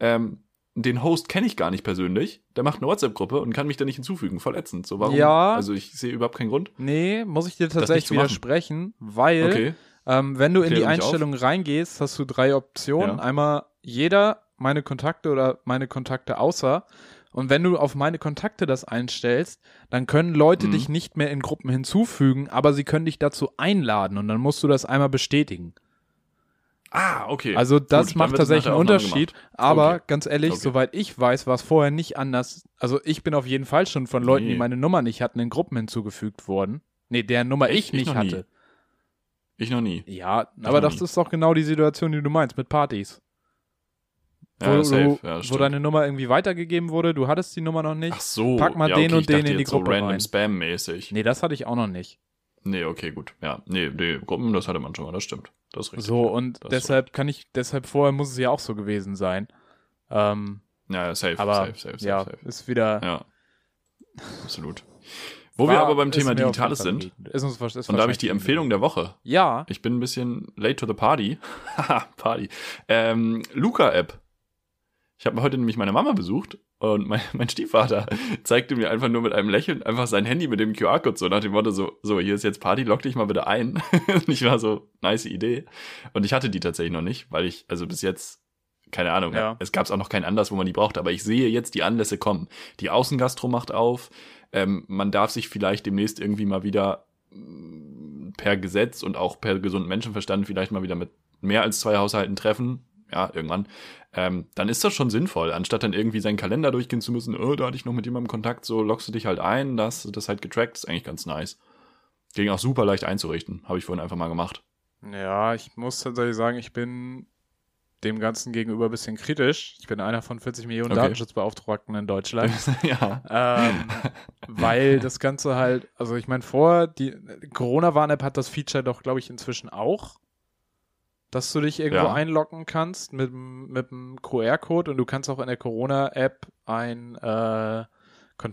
Speaker 3: ähm, den Host kenne ich gar nicht persönlich, der macht eine WhatsApp-Gruppe und kann mich da nicht hinzufügen, verletzend. So, warum?
Speaker 1: Ja.
Speaker 3: Also ich sehe überhaupt keinen Grund.
Speaker 1: Nee, muss ich dir
Speaker 3: nicht
Speaker 1: tatsächlich
Speaker 3: zu machen.
Speaker 1: widersprechen, weil
Speaker 3: Okay.
Speaker 1: ähm, wenn du in die
Speaker 3: Klär mich auf.
Speaker 1: Einstellungen reingehst, hast du drei Optionen.
Speaker 3: Ja.
Speaker 1: Einmal jeder, meine Kontakte oder meine Kontakte außer. Und wenn du auf meine Kontakte das einstellst, dann können Leute
Speaker 3: Mhm.
Speaker 1: dich nicht mehr in Gruppen hinzufügen, aber sie können dich dazu einladen und dann musst du das einmal bestätigen.
Speaker 3: Ah, okay.
Speaker 1: Also das
Speaker 3: Gut, dann
Speaker 1: macht
Speaker 3: wird es nach
Speaker 1: tatsächlich
Speaker 3: der
Speaker 1: einen
Speaker 3: Aufnahme
Speaker 1: Unterschied. Aber
Speaker 3: Okay.
Speaker 1: ganz ehrlich,
Speaker 3: Okay.
Speaker 1: soweit ich weiß, war es vorher nicht anders. Also ich bin auf jeden Fall schon von Leuten, die
Speaker 3: Nee.
Speaker 1: meine Nummer nicht hatten, in Gruppen hinzugefügt worden. Nee, deren Nummer ich,
Speaker 3: Ich- ich
Speaker 1: nicht
Speaker 3: noch
Speaker 1: hatte.
Speaker 3: ich noch nie.
Speaker 1: Ja,
Speaker 3: Ich
Speaker 1: aber
Speaker 3: noch
Speaker 1: das
Speaker 3: nie.
Speaker 1: ist doch genau die Situation, die du meinst mit Partys. Wo,
Speaker 3: Ja, safe.
Speaker 1: du,
Speaker 3: Ja,
Speaker 1: wo
Speaker 3: stimmt.
Speaker 1: deine Nummer irgendwie weitergegeben wurde, du hattest die Nummer noch nicht.
Speaker 3: Ach so.
Speaker 1: Pack mal
Speaker 3: ja,
Speaker 1: den
Speaker 3: okay,
Speaker 1: und
Speaker 3: ich
Speaker 1: den
Speaker 3: dachte
Speaker 1: in die
Speaker 3: jetzt so
Speaker 1: Gruppe
Speaker 3: random
Speaker 1: rein.
Speaker 3: Spam-mäßig.
Speaker 1: Nee, das hatte ich auch noch nicht.
Speaker 3: Nee, okay, gut. Ja, nee, nee, Gruppen, das hatte man schon mal, das stimmt. Das ist richtig.
Speaker 1: So, und
Speaker 3: Das ist
Speaker 1: deshalb kann ich, deshalb vorher muss es ja auch so gewesen sein. Ähm,
Speaker 3: Ja, ja, safe,
Speaker 1: aber
Speaker 3: safe, safe, safe,
Speaker 1: ja,
Speaker 3: safe.
Speaker 1: ist wieder.
Speaker 3: Ja. Absolut. Wo
Speaker 1: war-
Speaker 3: wir aber beim
Speaker 1: ist
Speaker 3: Thema
Speaker 1: mir auf jeden
Speaker 3: Digitales
Speaker 1: Fall
Speaker 3: sind,
Speaker 1: liegend. Ist uns, ist
Speaker 3: und da habe ich
Speaker 1: wahrscheinlich
Speaker 3: die
Speaker 1: liegend.
Speaker 3: Empfehlung der Woche.
Speaker 1: Ja,
Speaker 3: Ich bin ein bisschen late to the party. Haha, party. Ähm, Luca-App. Ich habe heute nämlich meine Mama besucht und mein, mein Stiefvater zeigte mir einfach nur mit einem Lächeln einfach sein Handy mit dem QR-Code so nach dem Motto so, so, hier ist jetzt Party, lock dich mal bitte ein. und ich war so, nice Idee. Und ich hatte die tatsächlich noch nicht, weil ich, also bis jetzt keine Ahnung.
Speaker 1: Ja.
Speaker 3: Es gab es auch noch keinen Anlass, wo man die braucht. Aber ich sehe jetzt die Anlässe kommen. Die Außengastro macht auf. Ähm, man darf sich vielleicht demnächst irgendwie mal wieder mm, per Gesetz und auch per gesunden Menschenverstand vielleicht mal wieder mit mehr als zwei Haushalten treffen. Ja, irgendwann. Ähm, dann ist das schon sinnvoll, anstatt dann irgendwie seinen Kalender durchgehen zu müssen. Oh, da hatte ich noch mit jemandem Kontakt. So lockst du dich halt ein, dass das halt getrackt ist. Eigentlich ganz nice. Ging auch super leicht einzurichten. Habe ich vorhin einfach mal gemacht.
Speaker 1: Ja, ich muss tatsächlich sagen, ich bin dem Ganzen gegenüber ein bisschen kritisch. Ich bin einer von 40 Millionen
Speaker 3: Okay.
Speaker 1: Datenschutzbeauftragten in Deutschland.
Speaker 3: ja.
Speaker 1: ähm, weil das Ganze halt, also ich meine, vor die Corona-Warn-App hat das Feature doch, glaube ich, inzwischen auch, dass du dich irgendwo
Speaker 3: Ja.
Speaker 1: einloggen kannst mit, dem- mit einem QR-Code und du kannst auch in der Corona-App ein äh,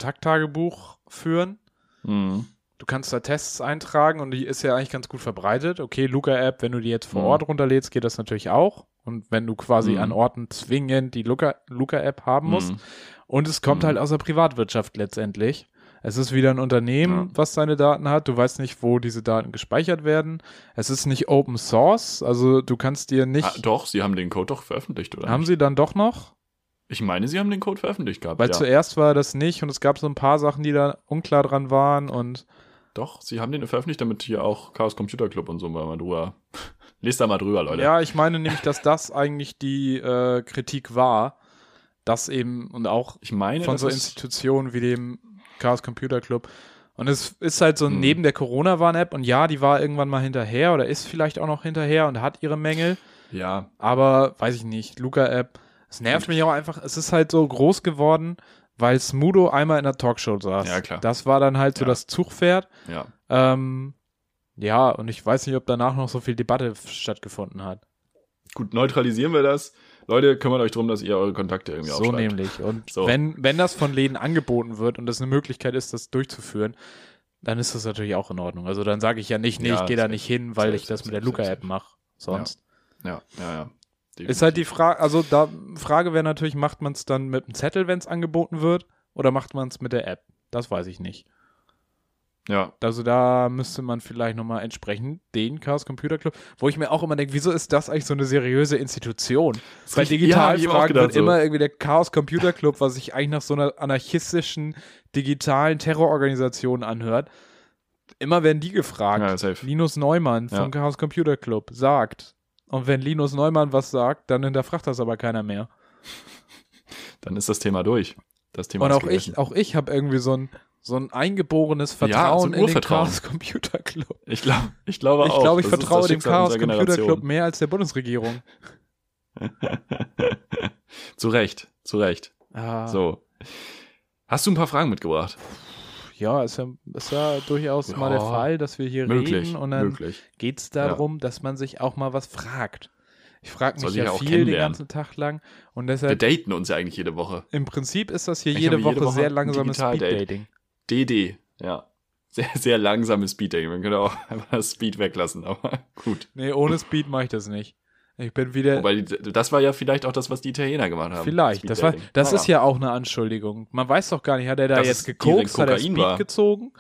Speaker 1: Kontakttagebuch führen.
Speaker 3: Mhm.
Speaker 1: Du kannst da Tests eintragen und die ist ja eigentlich ganz gut verbreitet. Okay, Luca-App, wenn du die jetzt vor
Speaker 3: Mhm.
Speaker 1: Ort runterlädst, geht das natürlich auch. Und wenn du quasi
Speaker 3: Mhm.
Speaker 1: an Orten zwingend die Luca- Luca-App haben musst.
Speaker 3: Mhm.
Speaker 1: Und es kommt
Speaker 3: Mhm.
Speaker 1: halt aus der Privatwirtschaft letztendlich. Es ist wieder ein Unternehmen, was seine Daten hat. Du weißt nicht, wo diese Daten gespeichert werden. Es ist nicht Open Source. Also du kannst dir nicht.
Speaker 3: Ah, doch, sie haben den Code doch veröffentlicht, oder?
Speaker 1: haben
Speaker 3: nicht?
Speaker 1: sie dann doch noch?
Speaker 3: Ich meine, sie haben den Code veröffentlicht gehabt.
Speaker 1: Weil
Speaker 3: ja.
Speaker 1: zuerst war das nicht und es gab so ein paar Sachen, die da unklar dran waren. Und
Speaker 3: Doch, sie haben den veröffentlicht, damit hier auch Chaos Computer Club und so mal drüber. Lest da mal drüber, Leute.
Speaker 1: ja, ich meine nämlich, dass das eigentlich die äh, Kritik war, dass eben und auch
Speaker 3: Ich meine,
Speaker 1: von
Speaker 3: das
Speaker 1: so
Speaker 3: ist,
Speaker 1: Institutionen wie dem Chaos Computer Club. Und es ist halt so
Speaker 3: Hm.
Speaker 1: neben der Corona-Warn-App und ja, die war irgendwann mal hinterher oder ist vielleicht auch noch hinterher und hat ihre Mängel,
Speaker 3: ja,
Speaker 1: aber weiß ich nicht, Luca-App, es nervt mich auch einfach, es ist halt so groß geworden, weil Smudo einmal in der Talkshow saß.
Speaker 3: Ja, klar.
Speaker 1: Das war dann halt so
Speaker 3: Ja.
Speaker 1: das Zugpferd.
Speaker 3: ja.
Speaker 1: Ähm, ja, und ich weiß nicht, ob danach noch so viel Debatte f- stattgefunden hat.
Speaker 3: Gut, neutralisieren wir das. Leute, kümmert euch drum, dass ihr eure Kontakte irgendwie
Speaker 1: So
Speaker 3: aufschreibt.
Speaker 1: nämlich. Und
Speaker 3: So.
Speaker 1: wenn, wenn das von Läden angeboten wird und das eine Möglichkeit ist, das durchzuführen, dann ist das natürlich auch in Ordnung. Also dann sage ich ja nicht, nee,
Speaker 3: Ja,
Speaker 1: ich gehe da
Speaker 3: safe.
Speaker 1: nicht hin, weil
Speaker 3: Safe,
Speaker 1: ich das
Speaker 3: safe,
Speaker 1: mit der
Speaker 3: safe,
Speaker 1: Luca-App
Speaker 3: safe.
Speaker 1: mache. Sonst.
Speaker 3: Ja, ja, ja.
Speaker 1: Ist halt die Frage, also da Frage wäre natürlich, macht man es dann mit einem Zettel, wenn es angeboten wird, oder macht man es mit der App? Das weiß ich nicht.
Speaker 3: Ja,
Speaker 1: Also da müsste man vielleicht nochmal entsprechend den Chaos Computer Club, wo ich mir auch immer denke, wieso ist das eigentlich so eine seriöse Institution? Bei
Speaker 3: richtig- ja, hab ich eben auch
Speaker 1: Digitalfragen
Speaker 3: gedacht
Speaker 1: wird
Speaker 3: so.
Speaker 1: immer irgendwie der Chaos Computer Club, was sich eigentlich nach so einer anarchistischen, digitalen Terrororganisation anhört. Immer werden die gefragt.
Speaker 3: ja, safe.
Speaker 1: Linus Neumann vom
Speaker 3: Ja.
Speaker 1: Chaos Computer Club sagt. Und wenn Linus Neumann was sagt, dann hinterfragt das aber keiner mehr.
Speaker 3: Dann ist das Thema durch. Das Thema
Speaker 1: Und
Speaker 3: ist
Speaker 1: auch
Speaker 3: gegessen.
Speaker 1: ich, auch ich habe irgendwie so ein, so ein eingeborenes
Speaker 3: Ja, so ein
Speaker 1: Vertrauen in den
Speaker 3: Urvertrauen.
Speaker 1: Chaos Computer Club.
Speaker 3: Ich glaube, ich glaube
Speaker 1: Ich
Speaker 3: auch.
Speaker 1: glaube, ich
Speaker 3: das ist das
Speaker 1: vertraue dem
Speaker 3: Schicksal
Speaker 1: Chaos
Speaker 3: unserer
Speaker 1: Computer
Speaker 3: Generation.
Speaker 1: Club mehr als der Bundesregierung.
Speaker 3: zu Recht, zu Recht.
Speaker 1: Ah,
Speaker 3: So. Hast du ein paar Fragen mitgebracht?
Speaker 1: Ja, ist ja, ist ja durchaus mal der
Speaker 3: Ja,
Speaker 1: Fall, dass wir hier
Speaker 3: Möglich,
Speaker 1: reden und dann
Speaker 3: möglich.
Speaker 1: geht es darum, dass man sich auch mal was fragt. Ich frage
Speaker 3: Soll
Speaker 1: mich
Speaker 3: ich
Speaker 1: ja,
Speaker 3: ja auch
Speaker 1: viel den
Speaker 3: kennenlernen.
Speaker 1: ganzen Tag lang und
Speaker 3: Wir
Speaker 1: deshalb
Speaker 3: daten uns ja eigentlich jede Woche.
Speaker 1: im Prinzip ist das hier
Speaker 3: Eigentlich
Speaker 1: jede
Speaker 3: haben wir
Speaker 1: Woche,
Speaker 3: jede Woche
Speaker 1: sehr
Speaker 3: ein
Speaker 1: langsames
Speaker 3: Digital-Date.
Speaker 1: Speed-Dating.
Speaker 3: DD, ja. Sehr, sehr langsames Speeddating. Man könnte auch einfach das Speed weglassen, aber gut.
Speaker 1: Nee, ohne Speed mache ich das nicht. Ich bin wieder.
Speaker 3: Wobei, die- das war ja vielleicht auch das, was die Italiener gemacht haben.
Speaker 1: Äh, Vielleicht. Das, war,
Speaker 3: Speeddating.
Speaker 1: das
Speaker 3: Naja.
Speaker 1: ist ja auch eine Anschuldigung. Man weiß doch gar nicht, hat er da
Speaker 3: Dass
Speaker 1: jetzt
Speaker 3: es direkt
Speaker 1: gekokst, hat er
Speaker 3: Kokain
Speaker 1: Speed
Speaker 3: war.
Speaker 1: gezogen?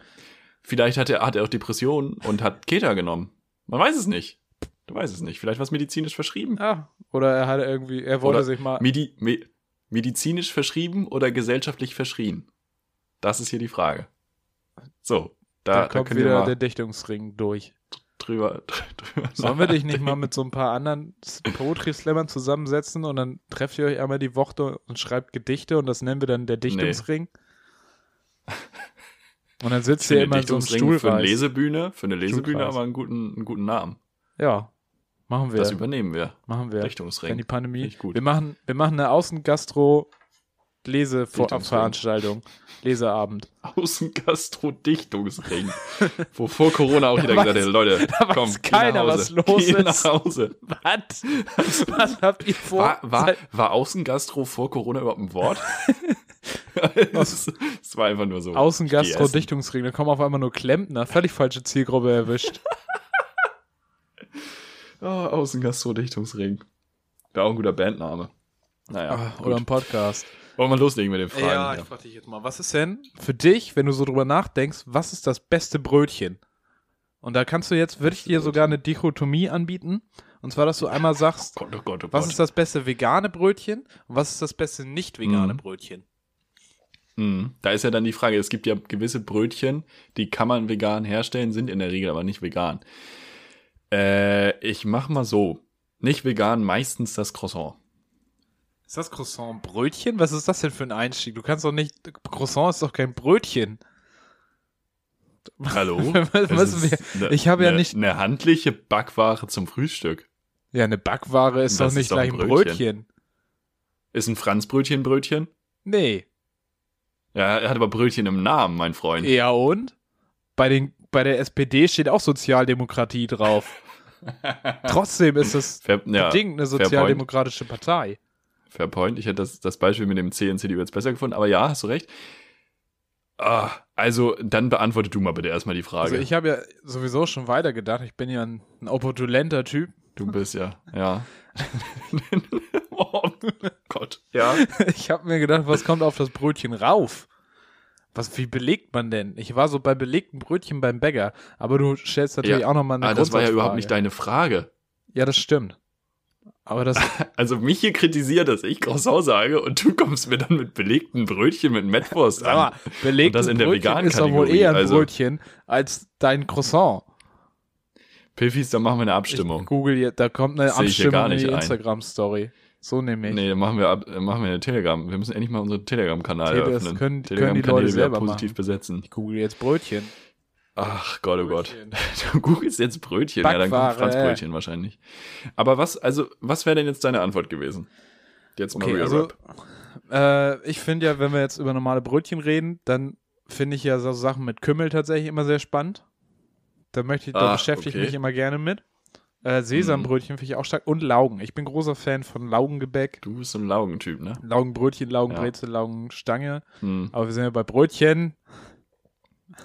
Speaker 3: Vielleicht hat er, hat er auch Depressionen und hat Keta genommen. Man weiß es nicht. Du weißt es nicht. Vielleicht was medizinisch verschrieben.
Speaker 1: Ja. Ah, Oder er hat irgendwie, er wollte
Speaker 3: Oder
Speaker 1: sich mal.
Speaker 3: Medi me medizinisch verschrieben oder gesellschaftlich verschrien? Das ist hier die Frage. So,
Speaker 1: Da,
Speaker 3: da, da,
Speaker 1: kommt
Speaker 3: können wir
Speaker 1: wieder
Speaker 3: mal
Speaker 1: der Dichtungsring durch.
Speaker 3: drüber, drüber.
Speaker 1: Sollen wir dich nicht mal mit so ein paar anderen S- Poetry-Slammern zusammensetzen und dann trefft ihr euch einmal die Woche und schreibt Gedichte und das nennen wir dann der Dichtungsring? Und dann sitzt ihr
Speaker 3: nachdenken?
Speaker 1: immer in so einem
Speaker 3: Dichtungsring
Speaker 1: Stuhl.
Speaker 3: für eine Lesebühne, für eine Lesebühne
Speaker 1: Stuhlkreis.
Speaker 3: aber einen guten, einen guten Namen.
Speaker 1: Ja, machen wir.
Speaker 3: Das übernehmen wir.
Speaker 1: machen wir. Wenn
Speaker 3: Richtungsring.
Speaker 1: die Pandemie.
Speaker 3: Finde ich gut.
Speaker 1: Wir machen, wir machen eine Außengastro
Speaker 3: Dichtungsring.
Speaker 1: Leseveranstaltung. Leseabend.
Speaker 3: Außengastro-Dichtungsring. Wo vor Corona auch jeder gesagt
Speaker 1: weiß-
Speaker 3: hätte, Leute,
Speaker 1: weiß
Speaker 3: komm,
Speaker 1: keiner,
Speaker 3: geh nach Hause.
Speaker 1: was los
Speaker 3: geh
Speaker 1: ist.
Speaker 3: nach Hause.
Speaker 1: Was? Was habt ihr vor?
Speaker 3: War, war,
Speaker 1: Seit-
Speaker 3: war Außengastro vor Corona überhaupt ein Wort? es, es war einfach nur so.
Speaker 1: Außengastro
Speaker 3: Ich geh essen.
Speaker 1: Dichtungsring. Da kommen auf einmal nur Klempner. Völlig falsche Zielgruppe erwischt.
Speaker 3: Oh, Außengastro-Dichtungsring. Wäre auch ein guter Bandname. Naja,
Speaker 1: Ah, Oder ein
Speaker 3: gut.
Speaker 1: Podcast.
Speaker 3: Wollen wir loslegen mit den Fragen?
Speaker 2: Ja,
Speaker 3: hier?
Speaker 2: ich frag dich jetzt mal, was
Speaker 1: Was ist denn für dich, wenn du so drüber nachdenkst, was ist das beste Brötchen? Und da kannst du jetzt, würde ich dir sogar eine Dichotomie anbieten. Und zwar, dass du einmal sagst,
Speaker 3: Gott, oh Gott, oh Gott.
Speaker 1: was ist das beste vegane Brötchen und was ist das beste nicht vegane
Speaker 3: Mhm.
Speaker 1: Brötchen?
Speaker 3: Mhm. Da ist ja dann die Frage, es gibt ja gewisse Brötchen, die kann man vegan herstellen, sind in der Regel aber nicht vegan. Äh, ich mach mal so. Nicht vegan, meistens das Croissant.
Speaker 1: Ist das Croissant Brötchen? Was ist das denn für ein Einstieg? Du kannst doch nicht, Croissant ist doch kein Brötchen.
Speaker 3: Hallo?
Speaker 1: Was-
Speaker 3: Es
Speaker 1: was-
Speaker 3: ist ne-
Speaker 1: ich habe ja
Speaker 3: ne-
Speaker 1: nicht-
Speaker 3: Eine handliche Backware zum Frühstück.
Speaker 1: Ja, eine Backware ist
Speaker 3: Das
Speaker 1: doch nicht
Speaker 3: ist doch
Speaker 1: gleich
Speaker 3: ein
Speaker 1: ein
Speaker 3: Brötchen.
Speaker 1: Brötchen.
Speaker 3: Ist ein Franzbrötchen Brötchen?
Speaker 1: Nee.
Speaker 3: Ja, er hat aber Brötchen im Namen, mein Freund.
Speaker 1: Ja und? Bei, den, bei der SPD steht auch Sozialdemokratie drauf. Trotzdem ist es
Speaker 3: Fair, ja,
Speaker 1: bedingt eine
Speaker 3: fair point.
Speaker 1: sozialdemokratische Partei.
Speaker 3: fair point. Ich hätte das, das Beispiel mit dem CNC lieber jetzt besser gefunden, aber ja, hast du recht. Ah, also, dann beantworte du mal bitte erstmal die Frage.
Speaker 1: Also ich habe ja sowieso schon weitergedacht. Ich bin ja ein, ein opportulenter Typ.
Speaker 3: Du bist ja, ja. oh Gott. Ja.
Speaker 1: Ich habe mir gedacht, was kommt auf das Brötchen rauf? Was, wie belegt man denn? Ich war so bei belegten Brötchen beim Bäcker, aber du stellst natürlich
Speaker 3: Ja,
Speaker 1: auch nochmal eine
Speaker 3: Ah, das war ja
Speaker 1: Grundsatzfrage.
Speaker 3: überhaupt nicht deine Frage.
Speaker 1: Ja, das stimmt. Aber das,
Speaker 3: Also mich hier kritisiert, dass ich Croissant sage und du kommst mir dann mit belegten Brötchen mit Mettwurst
Speaker 1: sag mal,
Speaker 3: an.
Speaker 1: belegt
Speaker 3: Und das in der
Speaker 1: Brötchen
Speaker 3: veganen
Speaker 1: ist doch wohl
Speaker 3: Kategorie,
Speaker 1: eher ein
Speaker 3: also.
Speaker 1: Brötchen als dein Croissant.
Speaker 3: Piffis, dann machen wir eine
Speaker 1: Ich
Speaker 3: Abstimmung.
Speaker 1: google jetzt, da kommt eine
Speaker 3: Sehe ich hier gar
Speaker 1: Abstimmung in die
Speaker 3: nicht ein.
Speaker 1: Instagram-Story. So nämlich.
Speaker 3: Nee, dann machen wir, ab, äh, machen wir eine Telegram. Wir müssen endlich mal unseren Telegram-Kanal
Speaker 1: Tele- das
Speaker 3: eröffnen.
Speaker 1: können- können die
Speaker 3: Telegram-Kanäle
Speaker 1: Leute
Speaker 3: wieder
Speaker 1: selber
Speaker 3: positiv
Speaker 1: machen.
Speaker 3: besetzen.
Speaker 1: Ich google jetzt Brötchen.
Speaker 3: Ach Gott, oh Gott.
Speaker 1: Brötchen.
Speaker 3: Du googelst jetzt Brötchen. Ja, dann kommt
Speaker 1: Backware.
Speaker 3: Franzbrötchen wahrscheinlich. Aber was, also, was wäre denn jetzt deine Antwort gewesen? Jetzt mal
Speaker 1: Okay,
Speaker 3: Real
Speaker 1: also
Speaker 3: Rap.
Speaker 1: äh, ich finde ja, wenn wir jetzt über normale Brötchen reden, dann finde ich ja so Sachen mit Kümmel tatsächlich immer sehr spannend. Da möchte ich, da
Speaker 3: Ah,
Speaker 1: beschäftige
Speaker 3: okay. Mhm.
Speaker 1: ich mich immer gerne mit. Äh, Sesambrötchen finde ich auch stark und Laugen. Ich bin großer Fan von Laugengebäck.
Speaker 3: Du bist so ein Laugentyp, ne?
Speaker 1: Laugenbrötchen, Laugenbrezel, Laugenstange.
Speaker 3: Hm.
Speaker 1: Aber wir sind ja bei Brötchen.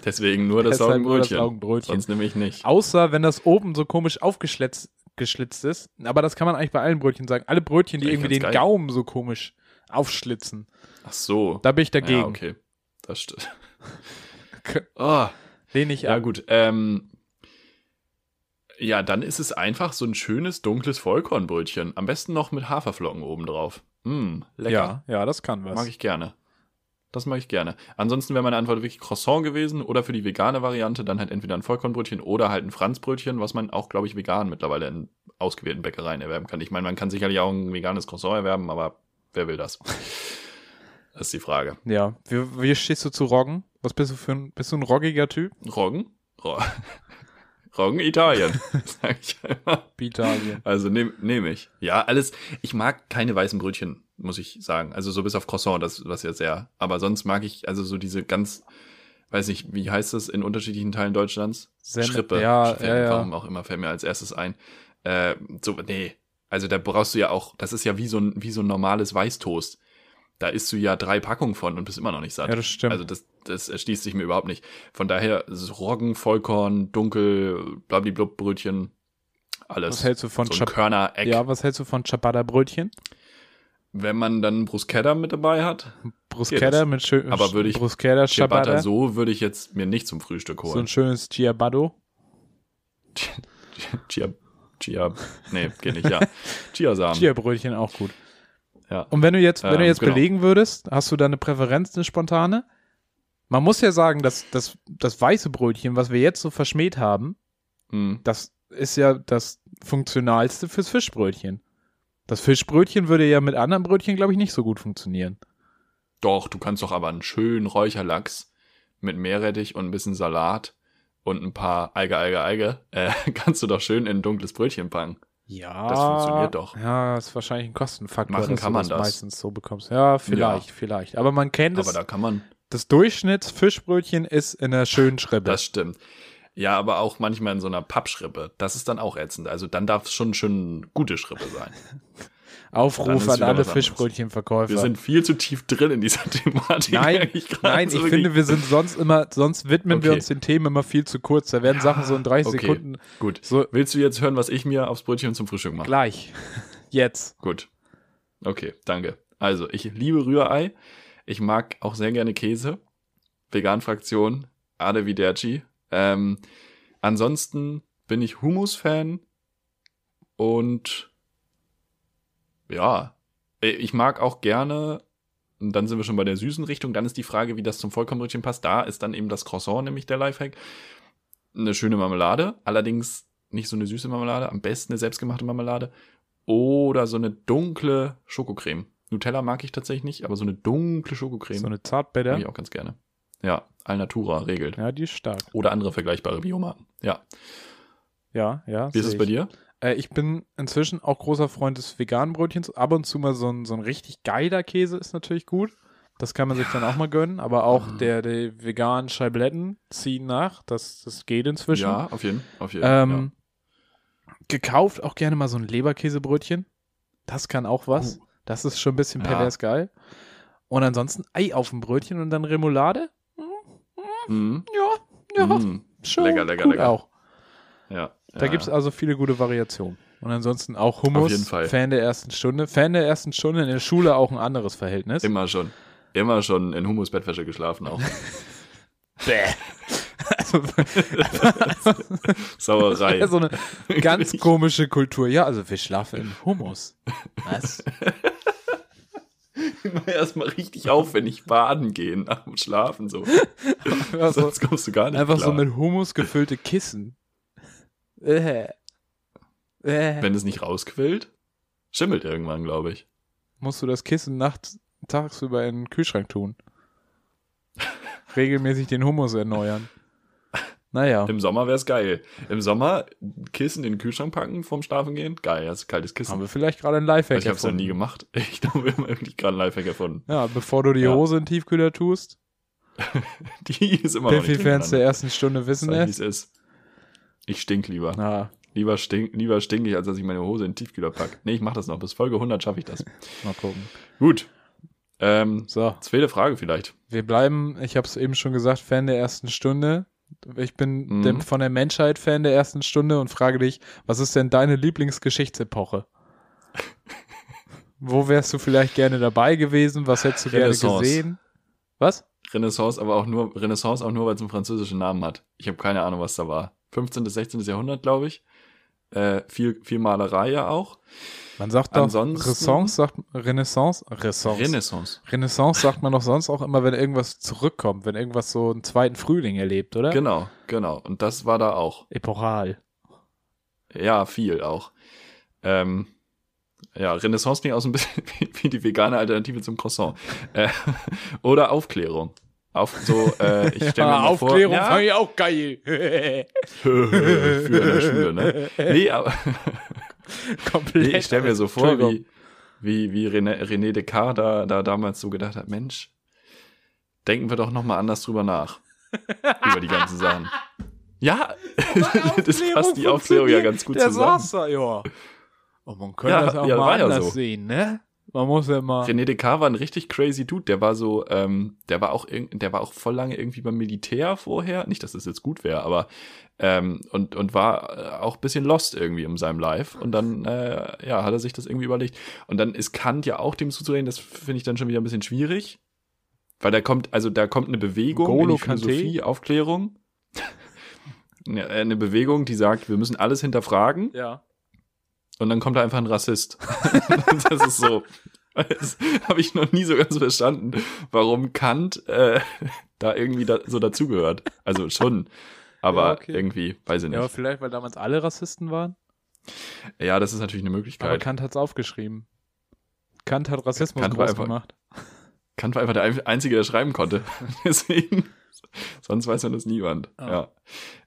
Speaker 3: Deswegen nur das
Speaker 1: Deshalb nur das
Speaker 3: Laugenbrötchen.
Speaker 1: Laugenbrötchen.
Speaker 3: Sonst nehme ich nicht.
Speaker 1: Außer wenn das oben so komisch aufgeschlitzt geschlitzt ist. Aber das kann man eigentlich bei allen Brötchen sagen. Alle Brötchen, die
Speaker 3: Eigentlich
Speaker 1: irgendwie den
Speaker 3: ganz geil.
Speaker 1: Gaumen so komisch aufschlitzen.
Speaker 3: Ach so.
Speaker 1: Da bin ich dagegen.
Speaker 3: Ja, okay. Das stimmt. Oh,
Speaker 1: Lehne ich
Speaker 3: ja,
Speaker 1: ab.
Speaker 3: gut. Ähm, ja, dann ist es einfach so ein schönes, dunkles Vollkornbrötchen. Am besten noch mit Haferflocken obendrauf. Mm, lecker.
Speaker 1: Ja, ja, das kann was.
Speaker 3: mag ich gerne. Das mag ich gerne. Ansonsten wäre meine Antwort wirklich Croissant gewesen oder für die vegane Variante dann halt entweder ein Vollkornbrötchen oder halt ein Franzbrötchen, was man auch, glaube ich, vegan mittlerweile in ausgewählten Bäckereien erwerben kann. Ich meine, man kann sicherlich auch ein veganes Croissant erwerben, aber wer will das? Das ist die Frage.
Speaker 1: Ja. Wie, wie stehst du zu Roggen? Was bist du für ein, bist du ein roggiger Typ?
Speaker 3: Roggen? Ro Roggen Italien, sag ich immer.
Speaker 1: Italien.
Speaker 3: Also nehme nehm ich. Ja, alles. Ich mag keine weißen Brötchen, muss ich sagen. Also so bis auf Croissant, das was ja sehr. Aber sonst mag ich also so diese ganz, weiß nicht, wie heißt das in unterschiedlichen Teilen Deutschlands?
Speaker 1: Semmel,
Speaker 3: Schrippe.
Speaker 1: ja,
Speaker 3: Schrippe,
Speaker 1: ja, ja.
Speaker 3: Warum auch immer fällt mir als erstes ein. Äh, so nee, also da brauchst du ja auch. Das ist ja wie so ein wie so ein normales Weißtoast. Da isst du ja drei Packungen von und bist immer noch nicht satt.
Speaker 1: Ja, das stimmt.
Speaker 3: Also das, das erschließt sich mir überhaupt nicht. Von daher so Roggen, Vollkorn, Dunkel, blabliblub, Brötchen, alles.
Speaker 1: was hältst du von
Speaker 3: so ein
Speaker 1: Chap-
Speaker 3: Körner-Eck.
Speaker 1: Ja, was hältst du von Ciabatta-Brötchen?
Speaker 3: Wenn man dann Bruschetta mit dabei hat, Geht
Speaker 1: Bruschetta
Speaker 3: das.
Speaker 1: mit schön
Speaker 3: Aber würde ich
Speaker 1: Bruschetta,
Speaker 3: Ciabatta,
Speaker 1: Ciabatta, so,
Speaker 3: so würde ich jetzt mir nicht zum Frühstück
Speaker 1: ein
Speaker 3: holen.
Speaker 1: schönes Ciabatto.
Speaker 3: Chia, Chia, nee, geht nicht, ja. Chiasamen.
Speaker 1: Chia-Brötchen auch gut.
Speaker 3: Ähm, Ja.
Speaker 1: Und wenn du jetzt, wenn du
Speaker 3: Ähm,
Speaker 1: jetzt
Speaker 3: genau.
Speaker 1: belegen würdest, hast du da eine Präferenz, eine spontane? Man muss ja sagen, dass das, das weiße Brötchen, was wir jetzt so verschmäht haben,
Speaker 3: Hm.
Speaker 1: das ist ja das Funktionalste fürs Fischbrötchen. Das Fischbrötchen würde ja mit anderen Brötchen, glaube ich, nicht so gut funktionieren.
Speaker 3: Doch, du kannst doch aber einen schönen Räucherlachs mit Meerrettich und ein bisschen Salat und ein paar Alge, Alge, Alge, äh, kannst du doch schön in ein dunkles Brötchen packen.
Speaker 1: Ja.
Speaker 3: Das funktioniert doch.
Speaker 1: Ja, ist wahrscheinlich ein Kostenfaktor,
Speaker 3: Machen
Speaker 1: dass
Speaker 3: kann
Speaker 1: du das,
Speaker 3: man das.
Speaker 1: meistens so bekommst. Ja, vielleicht, vielleicht. Aber man kennt
Speaker 3: Aber
Speaker 1: es.
Speaker 3: da kann man.
Speaker 1: das Durchschnittsfischbrötchen ist in der schönen Schrippe.
Speaker 3: Das stimmt. Ja, aber auch manchmal in so einer Pappschrippe. Das ist dann auch ätzend. Also dann darf es schon schön gute Schrippe sein. dann ist
Speaker 1: Aufruf an
Speaker 3: wieder
Speaker 1: alle
Speaker 3: was anderes.
Speaker 1: Fischbrötchenverkäufer.
Speaker 3: Wir sind viel zu tief drin in dieser Thematik.
Speaker 1: Nein,
Speaker 3: merke gerade
Speaker 1: nein,
Speaker 3: so
Speaker 1: ich
Speaker 3: wirklich.
Speaker 1: finde, wir sind sonst immer, sonst widmen wir
Speaker 3: Okay.
Speaker 1: uns den Themen immer viel zu kurz. Da werden Sachen so in 30
Speaker 3: okay.
Speaker 1: Sekunden
Speaker 3: Gut.
Speaker 1: so
Speaker 3: Willst du jetzt hören, was ich mir aufs Brötchen zum Frühstück mache?
Speaker 1: gleich. Jetzt.
Speaker 3: Gut. Okay, danke. Also, ich liebe Rührei. Ich mag auch sehr gerne Käse. Vegan-Fraktion. Adeviderci. Ähm, ansonsten bin ich Hummus-Fan. Und ja, äh, ich mag auch gerne, und dann sind wir schon bei der süßen Richtung, dann ist die Frage, wie das zum Vollkornbrötchen passt. Da ist dann eben das Croissant, nämlich der Lifehack. Eine schöne Marmelade, allerdings nicht so eine süße Marmelade, am besten eine selbstgemachte Marmelade. Oder so eine dunkle Schokocreme. Nutella mag ich tatsächlich nicht, aber so eine dunkle Schokocreme
Speaker 1: So
Speaker 3: so
Speaker 1: eine
Speaker 3: mag ich
Speaker 1: Zartbäder.
Speaker 3: auch ganz gerne. Ja, Alnatura regelt.
Speaker 1: Ja, die ist stark.
Speaker 3: Oder andere vergleichbare Biomarken. Ja.
Speaker 1: Ja, ja.
Speaker 3: Wie ist
Speaker 1: seh
Speaker 3: es bei
Speaker 1: ich.
Speaker 3: dir?
Speaker 1: Äh, ich bin inzwischen auch großer Freund des veganen Brötchens. Ab und zu mal so ein, so ein richtig geiler Käse ist natürlich gut. Das kann man sich dann auch mal gönnen. Aber auch
Speaker 3: Mhm.
Speaker 1: der, der veganen Scheibletten ziehen nach. Das, das geht inzwischen.
Speaker 3: Ja, auf jeden auf jeden
Speaker 1: Ähm, Gekauft auch gerne mal so ein Leberkäsebrötchen. Das kann auch was. Das ist schon ein bisschen
Speaker 3: Oh. Ja.
Speaker 1: pervers geil. Und ansonsten Ei auf dem Brötchen und dann Remoulade.
Speaker 3: ja. Mhm.
Speaker 1: Ja,
Speaker 3: Mhm.
Speaker 1: schon
Speaker 3: lecker, lecker,
Speaker 1: gut
Speaker 3: lecker.
Speaker 1: auch.
Speaker 3: ja.
Speaker 1: Da
Speaker 3: ja,
Speaker 1: gibt's
Speaker 3: ja.
Speaker 1: also viele gute Variationen. Und ansonsten auch Hummus,
Speaker 3: Auf jeden Fall.
Speaker 1: Fan der ersten Stunde. Fan der ersten Stunde in der Schule auch ein anderes Verhältnis.
Speaker 3: immer schon. Immer schon in Humusbettwäsche geschlafen auch.
Speaker 1: Also,
Speaker 3: Sauerei.
Speaker 1: so eine ganz komische Kultur. Ja, also wir schlafen in Hummus. Was?
Speaker 3: immer erstmal richtig aufwendig baden gehen nach dem Schlafen so.
Speaker 1: Einfach so,
Speaker 3: Sonst kommst du gar nicht
Speaker 1: einfach
Speaker 3: klar.
Speaker 1: so mit Hummus gefüllte Kissen. Äh. Äh.
Speaker 3: Wenn es nicht rausquillt, schimmelt irgendwann, glaube ich.
Speaker 1: Musst du das Kissen nachts tagsüber in den Kühlschrank tun. Regelmäßig den Hummus erneuern. Naja.
Speaker 3: Im Sommer wäre es geil. Im Sommer Kissen in den Kühlschrank packen vorm Schlafen gehen. Geil, das ist kaltes Kissen. Also
Speaker 1: Haben wir vielleicht gerade einen Lifehack
Speaker 3: ich habe es noch nie gemacht. Ich glaube, wir haben wirklich gerade einen Lifehack erfunden.
Speaker 1: Ja, bevor du die
Speaker 3: Ja.
Speaker 1: Hose in den Tiefkühler tust.
Speaker 3: Die ist immer noch nicht
Speaker 1: Piffy-Fans der
Speaker 3: drin,
Speaker 1: ersten Stunde wissen
Speaker 3: Sag, wie
Speaker 1: es.
Speaker 3: es ist. Ich stink lieber.
Speaker 1: Na,
Speaker 3: Lieber, stink, lieber stink ich, als dass ich meine Hose in den Tiefkühler packe. Nee, ich mach das noch. Bis Folge 100 schaffe ich das.
Speaker 1: mal gucken.
Speaker 3: Gut. Ähm,
Speaker 1: So,
Speaker 3: zweite Frage vielleicht.
Speaker 1: wir bleiben, ich habe es eben schon gesagt, Fan der ersten Stunde. Ich bin
Speaker 3: Mhm.
Speaker 1: dem, von der Menschheit Fan der ersten Stunde und frage dich, was ist denn deine Lieblingsgeschichtsepoche? Wo wärst du vielleicht gerne dabei gewesen? Was hättest du gerne
Speaker 3: Renaissance.
Speaker 1: gesehen? Was?
Speaker 3: Renaissance, aber auch nur, Renaissance auch nur, weil es einen französischen Namen hat. Ich habe keine Ahnung, was da war. 15. bis 16. Jahrhundert, glaube ich. Äh, viel, viel Malerei ja auch.
Speaker 1: Man sagt doch
Speaker 3: Ansonsten-
Speaker 1: Renaissance, sagt Renaissance, Renaissance.
Speaker 3: Renaissance.
Speaker 1: Renaissance sagt man doch sonst auch immer, wenn irgendwas zurückkommt, wenn irgendwas so einen zweiten Frühling erlebt, oder?
Speaker 3: Genau, genau. Und das war da auch.
Speaker 1: Epochal.
Speaker 3: Ja, viel auch. Ähm, ja, Renaissance klingt auch so ein bisschen wie, wie die vegane Alternative zum Croissant. Äh, oder Aufklärung. Auf so, äh, ich stelle mir mal vor.
Speaker 1: Aufklärung
Speaker 3: ja, Äh,
Speaker 1: fand ich auch geil.
Speaker 3: für in der Schule, ne? Nee, aber
Speaker 1: Komplett.
Speaker 3: nee, ich stelle mir so vor,
Speaker 1: Entschuldigung.
Speaker 3: wie, wie, wie René, René Descartes da, da damals so gedacht hat, Mensch, denken wir doch nochmal anders drüber nach. über die ganzen Sachen. Ja,
Speaker 1: Oh,
Speaker 3: das passt die Aufklärung ja ganz gut
Speaker 1: der
Speaker 3: zusammen.
Speaker 1: saß da, ja. Und man könnte
Speaker 3: Ja,
Speaker 1: das auch
Speaker 3: ja,
Speaker 1: mal
Speaker 3: war ja
Speaker 1: anders
Speaker 3: so.
Speaker 1: sehen, ne? Man muss ja mal.
Speaker 3: René Descartes war ein richtig crazy Dude. Der war so, ähm, der war auch irg- der war auch voll lange irgendwie beim Militär vorher. Nicht, dass das jetzt gut wäre, aber ähm, und und war äh, auch ein bisschen lost irgendwie in seinem Life. Und dann äh, ja, hat er sich das irgendwie überlegt. Und dann ist Kant ja auch dem zuzureden. Das finde ich dann schon wieder ein bisschen schwierig, weil da kommt also da kommt eine Bewegung in
Speaker 1: Golo
Speaker 3: die Philosophie, Aufklärung, Ja, äh, eine Bewegung, die sagt, wir müssen alles hinterfragen.
Speaker 1: Ja.
Speaker 3: Und dann kommt da einfach ein Rassist. das ist so. Das habe ich noch nie so ganz verstanden, warum Kant äh, da irgendwie da, so dazugehört. Also schon. Aber
Speaker 1: Ja, okay.
Speaker 3: irgendwie, weiß ich
Speaker 1: Ja,
Speaker 3: nicht.
Speaker 1: vielleicht, weil damals alle Rassisten waren.
Speaker 3: Ja, das ist natürlich eine Möglichkeit.
Speaker 1: Aber Kant hat's aufgeschrieben. Kant hat Rassismus
Speaker 3: Kant war
Speaker 1: groß
Speaker 3: einfach-
Speaker 1: gemacht.
Speaker 3: Kant war einfach der ein- Einzige, der schreiben konnte. Deswegen, sonst weiß man das niemand.
Speaker 1: Ah.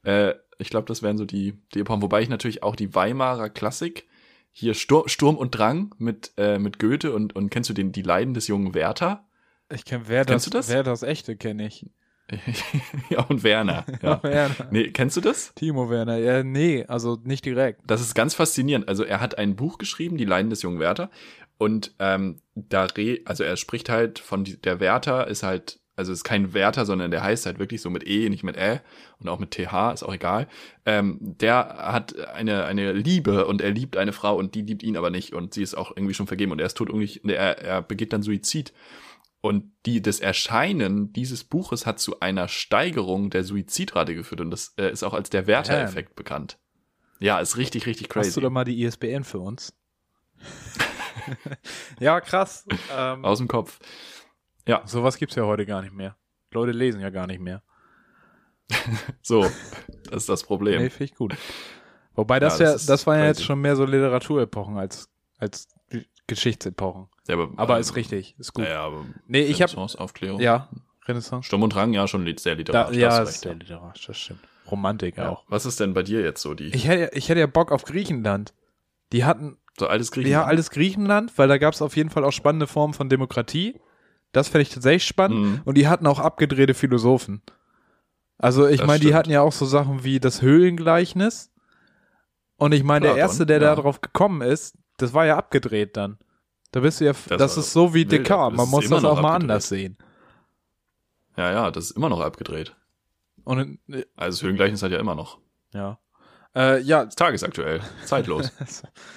Speaker 3: Ja. Äh, ich glaube, das wären so die, die Epochen. Wobei ich natürlich auch die Weimarer Klassik, hier Sturm, Sturm und Drang mit, äh, mit Goethe und, und kennst du den Die Leiden des jungen Werther?
Speaker 1: Ich kenne wer das,
Speaker 3: Kennst du das?
Speaker 1: wer das echte kenne ich.
Speaker 3: ja, und Werner. Ja.
Speaker 1: Werner.
Speaker 3: Nee, kennst du das?
Speaker 1: Timo Werner. Ja, nee, also nicht direkt.
Speaker 3: Das ist ganz faszinierend. Also er hat ein Buch geschrieben, Die Leiden des jungen Werther. Und ähm, da re, also er spricht halt von die, der Werther ist halt, also ist kein Werther, sondern der heißt halt wirklich so mit E, nicht mit Ä und auch mit TH, ist auch egal. Ähm, der hat eine, eine Liebe und er liebt eine Frau und die liebt ihn aber nicht und sie ist auch irgendwie schon vergeben und er ist tot und ich- und er, er begeht dann Suizid. Und die, das Erscheinen dieses Buches hat zu einer Steigerung der Suizidrate geführt und das äh, ist auch als der Werther-Effekt bekannt. Ja, ist richtig, richtig
Speaker 1: Hast du
Speaker 3: crazy.
Speaker 1: da mal die ISBN für uns? ja, krass. Ähm,
Speaker 3: Aus dem Kopf. Ja,
Speaker 1: sowas gibt's ja heute gar nicht mehr. Leute lesen ja gar nicht mehr.
Speaker 3: so. Das ist das Problem.
Speaker 1: Nee, finde ich gut. Wobei das
Speaker 3: Ja,
Speaker 1: ja,
Speaker 3: das
Speaker 1: das,
Speaker 3: ist
Speaker 1: waren ja
Speaker 3: crazy.
Speaker 1: jetzt schon mehr so Literaturepochen als, als G- Geschichtsepochen.
Speaker 3: Ja,
Speaker 1: Aber
Speaker 3: ähm,
Speaker 1: ist richtig, ist gut.
Speaker 3: Ja, aber
Speaker 1: nee, ich habe
Speaker 3: Renaissance, Aufklärung.
Speaker 1: ja Renaissance.
Speaker 3: Sturm und Drang, ja, schon li- sehr
Speaker 1: Da,
Speaker 3: literarisch.
Speaker 1: ja,
Speaker 3: hast
Speaker 1: ist
Speaker 3: recht,
Speaker 1: der Literarisch, das stimmt. Romantik
Speaker 3: ja.
Speaker 1: auch.
Speaker 3: Was ist denn bei dir jetzt so die
Speaker 1: Ich hätte, ich hätte ja Bock auf Griechenland. Die hatten
Speaker 3: so altes
Speaker 1: ja
Speaker 3: Griechenland?
Speaker 1: alles Griechenland, weil da gab es auf jeden Fall auch spannende Formen von Demokratie. Das fände ich tatsächlich spannend.
Speaker 3: Mhm.
Speaker 1: Und die hatten auch abgedrehte Philosophen. Also ich
Speaker 3: Das
Speaker 1: meine, die
Speaker 3: stimmt.
Speaker 1: hatten ja auch so Sachen wie das Höhlengleichnis. Und ich meine, der
Speaker 3: Platon,
Speaker 1: Erste, der
Speaker 3: ja.
Speaker 1: da drauf gekommen ist, das war ja abgedreht dann. Da bist du ja, das,
Speaker 3: Das war
Speaker 1: ist so wie
Speaker 3: wild,
Speaker 1: Descartes,
Speaker 3: das
Speaker 1: man
Speaker 3: ist
Speaker 1: muss
Speaker 3: immer
Speaker 1: das
Speaker 3: noch
Speaker 1: auch mal
Speaker 3: abgedreht.
Speaker 1: anders sehen.
Speaker 3: Ja, ja, das ist immer noch abgedreht.
Speaker 1: Und äh,
Speaker 3: Also das Höhlengleichnis hat ja immer noch.
Speaker 1: ja. Äh, ja,
Speaker 3: Ist tagesaktuell, zeitlos.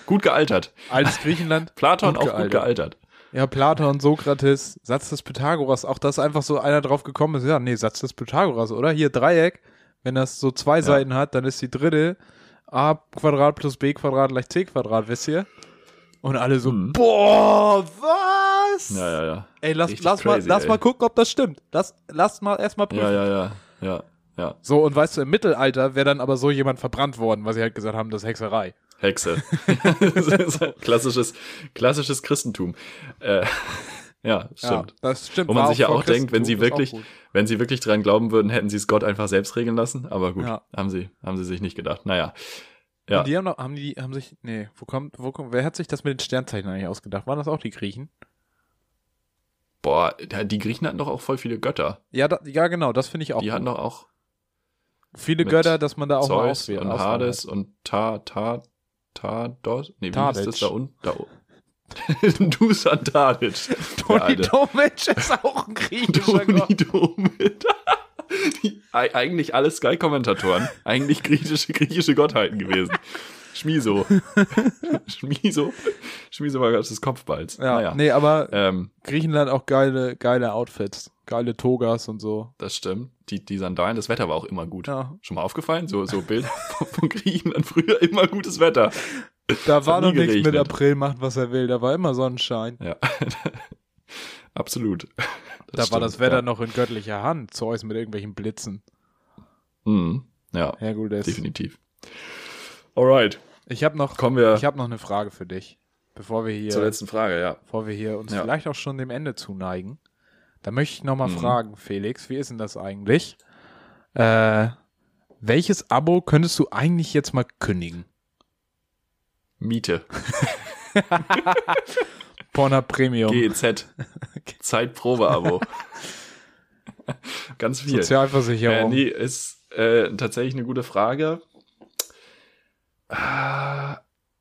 Speaker 3: gut gealtert.
Speaker 1: altes Griechenland.
Speaker 3: Platon
Speaker 1: Gut
Speaker 3: auch
Speaker 1: gealtert.
Speaker 3: gut gealtert.
Speaker 1: Ja, Platon, Sokrates, Satz des Pythagoras, auch das einfach so einer drauf gekommen ist. Ja, nee, Satz des Pythagoras, oder? Hier Dreieck, wenn das so zwei Seiten hat, dann ist die dritte a Quadrat plus b Quadrat gleich c Quadrat, wisst ihr? Und alle so,
Speaker 3: Mhm.
Speaker 1: boah, was?
Speaker 3: Ja, ja, ja.
Speaker 1: Ey, lass,
Speaker 3: Richtig
Speaker 1: lass, mal,
Speaker 3: crazy,
Speaker 1: lass
Speaker 3: ey.
Speaker 1: mal gucken, ob das stimmt. Lass, lass mal erstmal prüfen.
Speaker 3: Ja, ja, ja. Ja, ja.
Speaker 1: So, und weißt du, im Mittelalter wäre dann aber so jemand verbrannt worden, weil sie halt gesagt haben, das ist Hexerei.
Speaker 3: Hexe. Das ist ein klassisches, klassisches Christentum. Äh, ja, stimmt.
Speaker 1: Ja, das stimmt.
Speaker 3: Wo man
Speaker 1: war
Speaker 3: sich ja
Speaker 1: vor
Speaker 3: auch denkt, wenn sie
Speaker 1: Christentum, ist
Speaker 3: wirklich,
Speaker 1: auch gut.
Speaker 3: wenn sie wirklich dran glauben würden, hätten sie es Gott einfach selbst regeln lassen. Aber gut,
Speaker 1: Ja.
Speaker 3: haben sie, haben sie sich nicht gedacht. Naja. Ja.
Speaker 1: Und die haben noch, haben die, haben sich, nee, wo kommt, wo kommt, wer hat sich das mit den Sternzeichen eigentlich ausgedacht? Waren das auch die Griechen?
Speaker 3: Boah, da- die Griechen hatten doch auch voll viele Götter.
Speaker 1: Ja, da, ja genau, das finde ich auch.
Speaker 3: die hatten
Speaker 1: gut.
Speaker 3: doch auch
Speaker 1: Viele
Speaker 3: mit
Speaker 1: Götter, dass man da auch mal
Speaker 3: Zeus
Speaker 1: auswählt.
Speaker 3: und Hades und Ta, Ta, Tados. Nee, wie
Speaker 1: Tadic.
Speaker 3: ist das da unten? Da unten. Dusan Tadic. Der
Speaker 1: Toni
Speaker 3: alte.
Speaker 1: Tomic ist auch ein griechischer
Speaker 3: Toni
Speaker 1: Gott.
Speaker 3: Domit. Die- ei- Eigentlich alle Sky-Kommentatoren, eigentlich griechische, griechische Gottheiten gewesen. Schmiso. Schmiso. Schmiso war Gott des Kopfballs.
Speaker 1: Ja,
Speaker 3: naja.
Speaker 1: nee, aber
Speaker 3: Ähm,
Speaker 1: Griechenland auch geile, geile Outfits. Geile Togas und so.
Speaker 3: das stimmt. Die, die Sandalen, das Wetter war auch immer gut.
Speaker 1: Ja.
Speaker 3: Schon mal aufgefallen? So, so Bild von Griechenland früher immer gutes Wetter.
Speaker 1: Da war
Speaker 3: hat
Speaker 1: noch
Speaker 3: nie
Speaker 1: nichts mit
Speaker 3: geregnet.
Speaker 1: April macht, was er will. Da war immer Sonnenschein.
Speaker 3: Ja. Absolut.
Speaker 1: da war
Speaker 3: stimmt,
Speaker 1: das Wetter
Speaker 3: ja.
Speaker 1: noch in göttlicher Hand. Zeus mit irgendwelchen Blitzen.
Speaker 3: Mhm. Ja,
Speaker 1: Ja, gut, das.
Speaker 3: definitiv. Alright.
Speaker 1: Ich habe noch,
Speaker 3: Kommen wir
Speaker 1: ich äh, habe noch eine Frage für dich. Bevor wir hier.
Speaker 3: äh. zur letzten Frage, ja.
Speaker 1: bevor wir hier uns
Speaker 3: Ja.
Speaker 1: vielleicht auch schon dem Ende zuneigen, da möchte ich nochmal
Speaker 3: Mhm.
Speaker 1: fragen, Felix, wie ist denn das eigentlich? Äh, welches Abo könntest du eigentlich jetzt mal kündigen?
Speaker 3: Miete.
Speaker 1: Pornhub Premium,
Speaker 3: GEZ. Zeitprobe-Abo. Ganz viel. Äh,
Speaker 1: Sozialversicherung.
Speaker 3: nee, ist äh, tatsächlich eine gute Frage. Ah,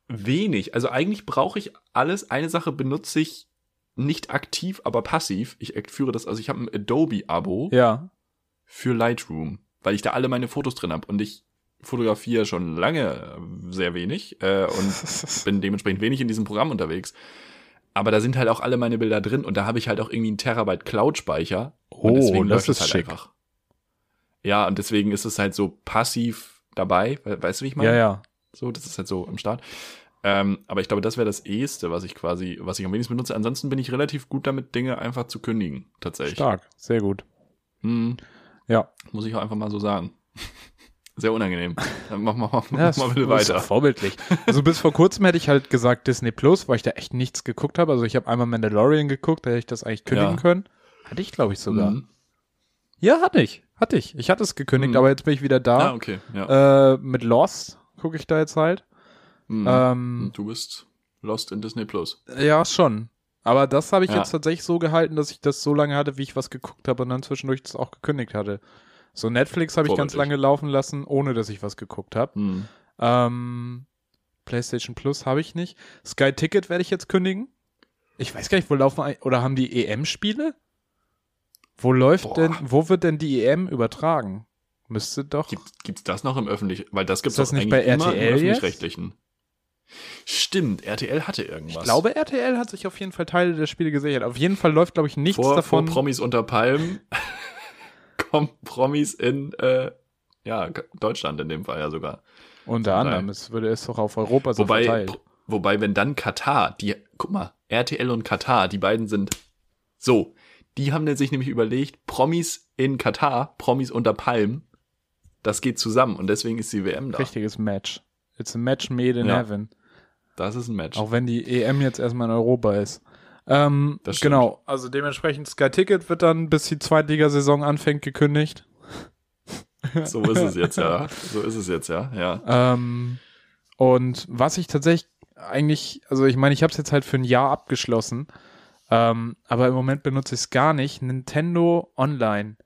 Speaker 3: wenig. Also eigentlich brauche ich alles. Eine Sache benutze ich nicht aktiv, aber passiv. Ich führe das, also ich habe ein Adobe-Abo
Speaker 1: ja,
Speaker 3: für Lightroom, weil ich da alle meine Fotos drin habe und ich fotografiere schon lange äh, sehr wenig äh, und bin dementsprechend wenig in diesem Programm unterwegs. Aber da sind halt auch alle meine Bilder drin und da habe ich halt auch irgendwie einen Terabyte Cloud-Speicher.
Speaker 1: Oh,
Speaker 3: und deswegen
Speaker 1: das
Speaker 3: läuft es halt
Speaker 1: ist schick.
Speaker 3: einfach. Ja, und deswegen ist es halt so passiv dabei. We- Weißt du, wie ich meine?
Speaker 1: ja, ja.
Speaker 3: So, das ist halt so am Start. Ähm, aber ich glaube, das wäre das eheste, was ich quasi, was ich am wenigsten benutze. Ansonsten bin ich relativ gut damit, Dinge einfach zu kündigen, tatsächlich.
Speaker 1: Stark, sehr gut.
Speaker 3: Mhm.
Speaker 1: Ja,
Speaker 3: Muss ich auch einfach mal so sagen. Sehr unangenehm. Dann mach mal, mach,
Speaker 1: Ja,
Speaker 3: mal
Speaker 1: ist-
Speaker 3: bitte
Speaker 1: ist
Speaker 3: weiter.
Speaker 1: vorbildlich. Also bis vor kurzem hätte ich halt gesagt Disney Plus, weil ich da echt nichts geguckt habe. Also ich habe einmal Mandalorian geguckt, da hätte ich das eigentlich kündigen
Speaker 3: Ja.
Speaker 1: können. Hatte ich, glaube ich, sogar.
Speaker 3: Mhm.
Speaker 1: Ja, hatte ich. Hatte ich. Ich hatte es gekündigt,
Speaker 3: Mhm.
Speaker 1: aber jetzt bin ich wieder da.
Speaker 3: Ah, okay. Ja.
Speaker 1: Äh, mit Lost gucke ich da jetzt halt.
Speaker 3: Mhm.
Speaker 1: Ähm,
Speaker 3: du bist lost in Disney Plus.
Speaker 1: ja, schon. Aber das habe ich
Speaker 3: Ja.
Speaker 1: jetzt tatsächlich so gehalten, dass ich das so lange hatte, wie ich was geguckt habe und dann zwischendurch das auch gekündigt hatte. So Netflix habe ich ganz
Speaker 3: Vorbildlich.
Speaker 1: lange laufen lassen, ohne dass ich was geguckt habe.
Speaker 3: Mhm.
Speaker 1: Ähm, PlayStation Plus habe ich nicht. Sky Ticket werde ich jetzt kündigen. Ich weiß gar nicht, wo laufen eigentlich- oder haben die EM-Spiele? Wo läuft
Speaker 3: Boah.
Speaker 1: denn, wo wird denn die EM übertragen? Müsste doch.
Speaker 3: Gibt, gibt's das noch im öffentlichen? Weil das
Speaker 1: Ist
Speaker 3: gibt's
Speaker 1: das
Speaker 3: doch
Speaker 1: nicht
Speaker 3: eigentlich
Speaker 1: bei
Speaker 3: immer
Speaker 1: RTL
Speaker 3: im
Speaker 1: jetzt?
Speaker 3: öffentlich-rechtlichen. Stimmt, RTL hatte irgendwas.
Speaker 1: Ich glaube, RTL hat sich auf jeden Fall Teile der Spiele gesichert. Auf jeden Fall läuft, glaube ich, nichts
Speaker 3: vor,
Speaker 1: davon.
Speaker 3: vor Promis unter Palmen kommen Promis in äh, ja, Deutschland in dem Fall ja sogar.
Speaker 1: Unter
Speaker 3: Nein.
Speaker 1: anderem, es würde es doch auf Europa so
Speaker 3: Wobei,
Speaker 1: Also verteilt.
Speaker 3: wobei, wenn dann Katar, die, guck mal, RTL und Katar, die beiden sind so. Die haben sich nämlich überlegt, Promis in Katar, Promis unter Palmen, das geht zusammen und deswegen ist die WM da.
Speaker 1: Richtiges Match. It's a match made in
Speaker 3: Ja.
Speaker 1: heaven.
Speaker 3: Das ist ein Match.
Speaker 1: Auch wenn die EM jetzt erstmal in Europa ist. Ähm,
Speaker 3: Das stimmt.
Speaker 1: genau, also dementsprechend Sky Ticket wird dann, bis die Zweitligasaison anfängt, gekündigt.
Speaker 3: So ist es jetzt, ja. So ist es jetzt, ja. ja.
Speaker 1: Ähm, und was ich tatsächlich eigentlich, also ich meine, ich habe es jetzt halt für ein Jahr abgeschlossen, ähm, aber im Moment benutze ich es gar nicht. Nintendo Online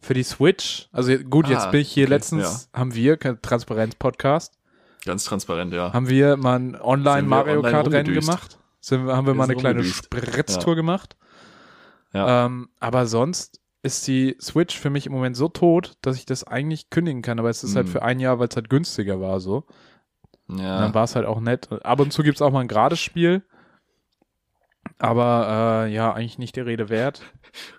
Speaker 1: für die Switch. Also gut,
Speaker 3: Ah,
Speaker 1: jetzt bin ich hier
Speaker 3: okay,
Speaker 1: letztens, haben wir, Transparenz-Podcast,
Speaker 3: Ganz transparent, ja.
Speaker 1: haben wir mal ein
Speaker 3: Ah. Sind wir online
Speaker 1: Online-Mario-Kart-Rennen
Speaker 3: rumgedüst.
Speaker 1: gemacht. Sind, wir- haben wir,
Speaker 3: Wir
Speaker 1: mal eine
Speaker 3: sind
Speaker 1: kleine
Speaker 3: rumgedüst.
Speaker 1: Spritztour gemacht.
Speaker 3: Ja.
Speaker 1: Ähm, aber sonst ist die Switch für mich im Moment so tot, dass ich das eigentlich kündigen kann. Aber es ist halt
Speaker 3: Mhm.
Speaker 1: für ein Jahr, weil es halt günstiger war so. Und
Speaker 3: ja.
Speaker 1: Dann war es halt auch nett. Ab und zu gibt es auch mal ein gerades Spiel. Aber äh, ja, eigentlich nicht der Rede wert.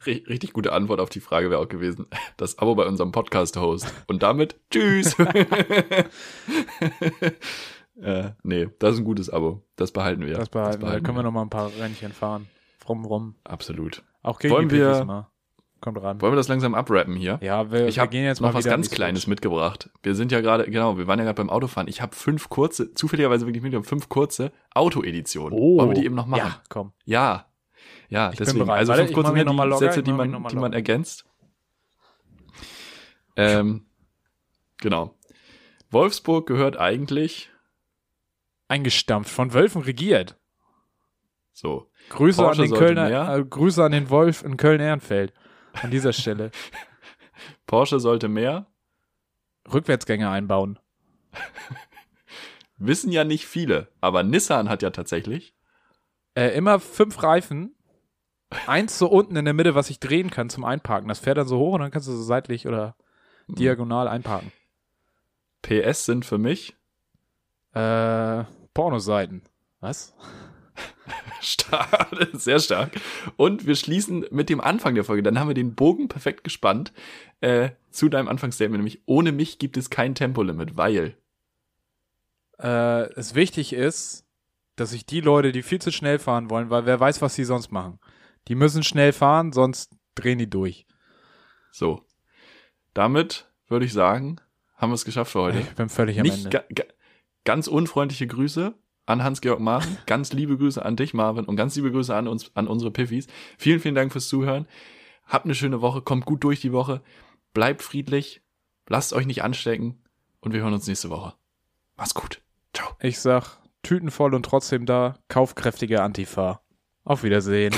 Speaker 3: Ri- Richtig gute Antwort auf die Frage wäre auch gewesen, das Abo bei unserem Podcast-Host. Und damit, tschüss. äh, nee, das ist ein gutes Abo. Das behalten wir.
Speaker 1: das behalten wir. Da können wir noch mal ein paar Rennchen fahren. Rum, rum.
Speaker 3: Absolut.
Speaker 1: Auch gegen
Speaker 3: Wollen
Speaker 1: die Pickies
Speaker 3: wir-
Speaker 1: mal. Kommt ran.
Speaker 3: Wollen wir das langsam abrappen hier?
Speaker 1: Ja, wir,
Speaker 3: Ich
Speaker 1: wir
Speaker 3: habe
Speaker 1: gehen jetzt
Speaker 3: noch
Speaker 1: mal
Speaker 3: was
Speaker 1: wieder
Speaker 3: ganz
Speaker 1: in die
Speaker 3: Kleines
Speaker 1: Switch.
Speaker 3: mitgebracht. Wir sind ja gerade, genau, wir waren ja gerade beim Autofahren. Ich habe fünf kurze, zufälligerweise wirklich mitgebracht, fünf kurze Auto-Editionen.
Speaker 1: Oh.
Speaker 3: Wollen wir die eben noch machen?
Speaker 1: Ja, komm.
Speaker 3: Ja. Ja,
Speaker 1: Ich bin
Speaker 3: deswegen.
Speaker 1: bereit.
Speaker 3: Also
Speaker 1: Warte,
Speaker 3: fünf
Speaker 1: ich
Speaker 3: kurze
Speaker 1: mach mir noch mal locker,
Speaker 3: Sätze,
Speaker 1: ich
Speaker 3: die
Speaker 1: mach mir
Speaker 3: man,
Speaker 1: noch mal
Speaker 3: die man
Speaker 1: locker.
Speaker 3: ergänzt. Ähm, genau. Wolfsburg gehört eigentlich
Speaker 1: Eingestampft, von Wölfen regiert.
Speaker 3: so.
Speaker 1: Grüße
Speaker 3: Porsche
Speaker 1: an den
Speaker 3: sollte
Speaker 1: Kölner,
Speaker 3: mehr.
Speaker 1: äh, Grüße an den Wolf in Köln-Ehrenfeld. An dieser Stelle.
Speaker 3: Porsche sollte mehr.
Speaker 1: Rückwärtsgänge einbauen.
Speaker 3: Wissen ja nicht viele, aber Nissan hat ja tatsächlich.
Speaker 1: Äh, immer fünf Reifen. Eins so unten in der Mitte, was ich drehen kann zum Einparken. Das fährt dann so hoch und dann kannst du so seitlich oder
Speaker 3: Mhm.
Speaker 1: diagonal einparken.
Speaker 3: PS sind für mich
Speaker 1: Äh, Pornoseiten. Was?
Speaker 3: stark, sehr stark. Und wir schließen mit dem Anfang der Folge. Dann haben wir den Bogen perfekt gespannt äh, zu deinem Anfangsstatement, nämlich ohne mich gibt es kein Tempolimit, weil.
Speaker 1: Äh, es wichtig ist, dass ich die Leute, die viel zu schnell fahren wollen, weil wer weiß, was sie sonst machen. Die müssen schnell fahren, sonst drehen die durch.
Speaker 3: So. Damit würde ich sagen, haben wir es geschafft für heute.
Speaker 1: Äh, Ich bin völlig am
Speaker 3: Nicht
Speaker 1: Ende.
Speaker 3: ga, ga, ganz unfreundliche Grüße an Hans-Georg Marvin, ganz liebe Grüße an dich, Marvin, und ganz liebe Grüße an uns, an unsere Piffis. Vielen, vielen Dank fürs Zuhören. Habt eine schöne Woche, kommt gut durch die Woche, bleibt friedlich, lasst euch nicht anstecken und wir hören uns nächste Woche. Mach's gut. Ciao.
Speaker 1: Ich sag, Tüten voll und trotzdem da, kaufkräftige Antifa. Auf Wiedersehen.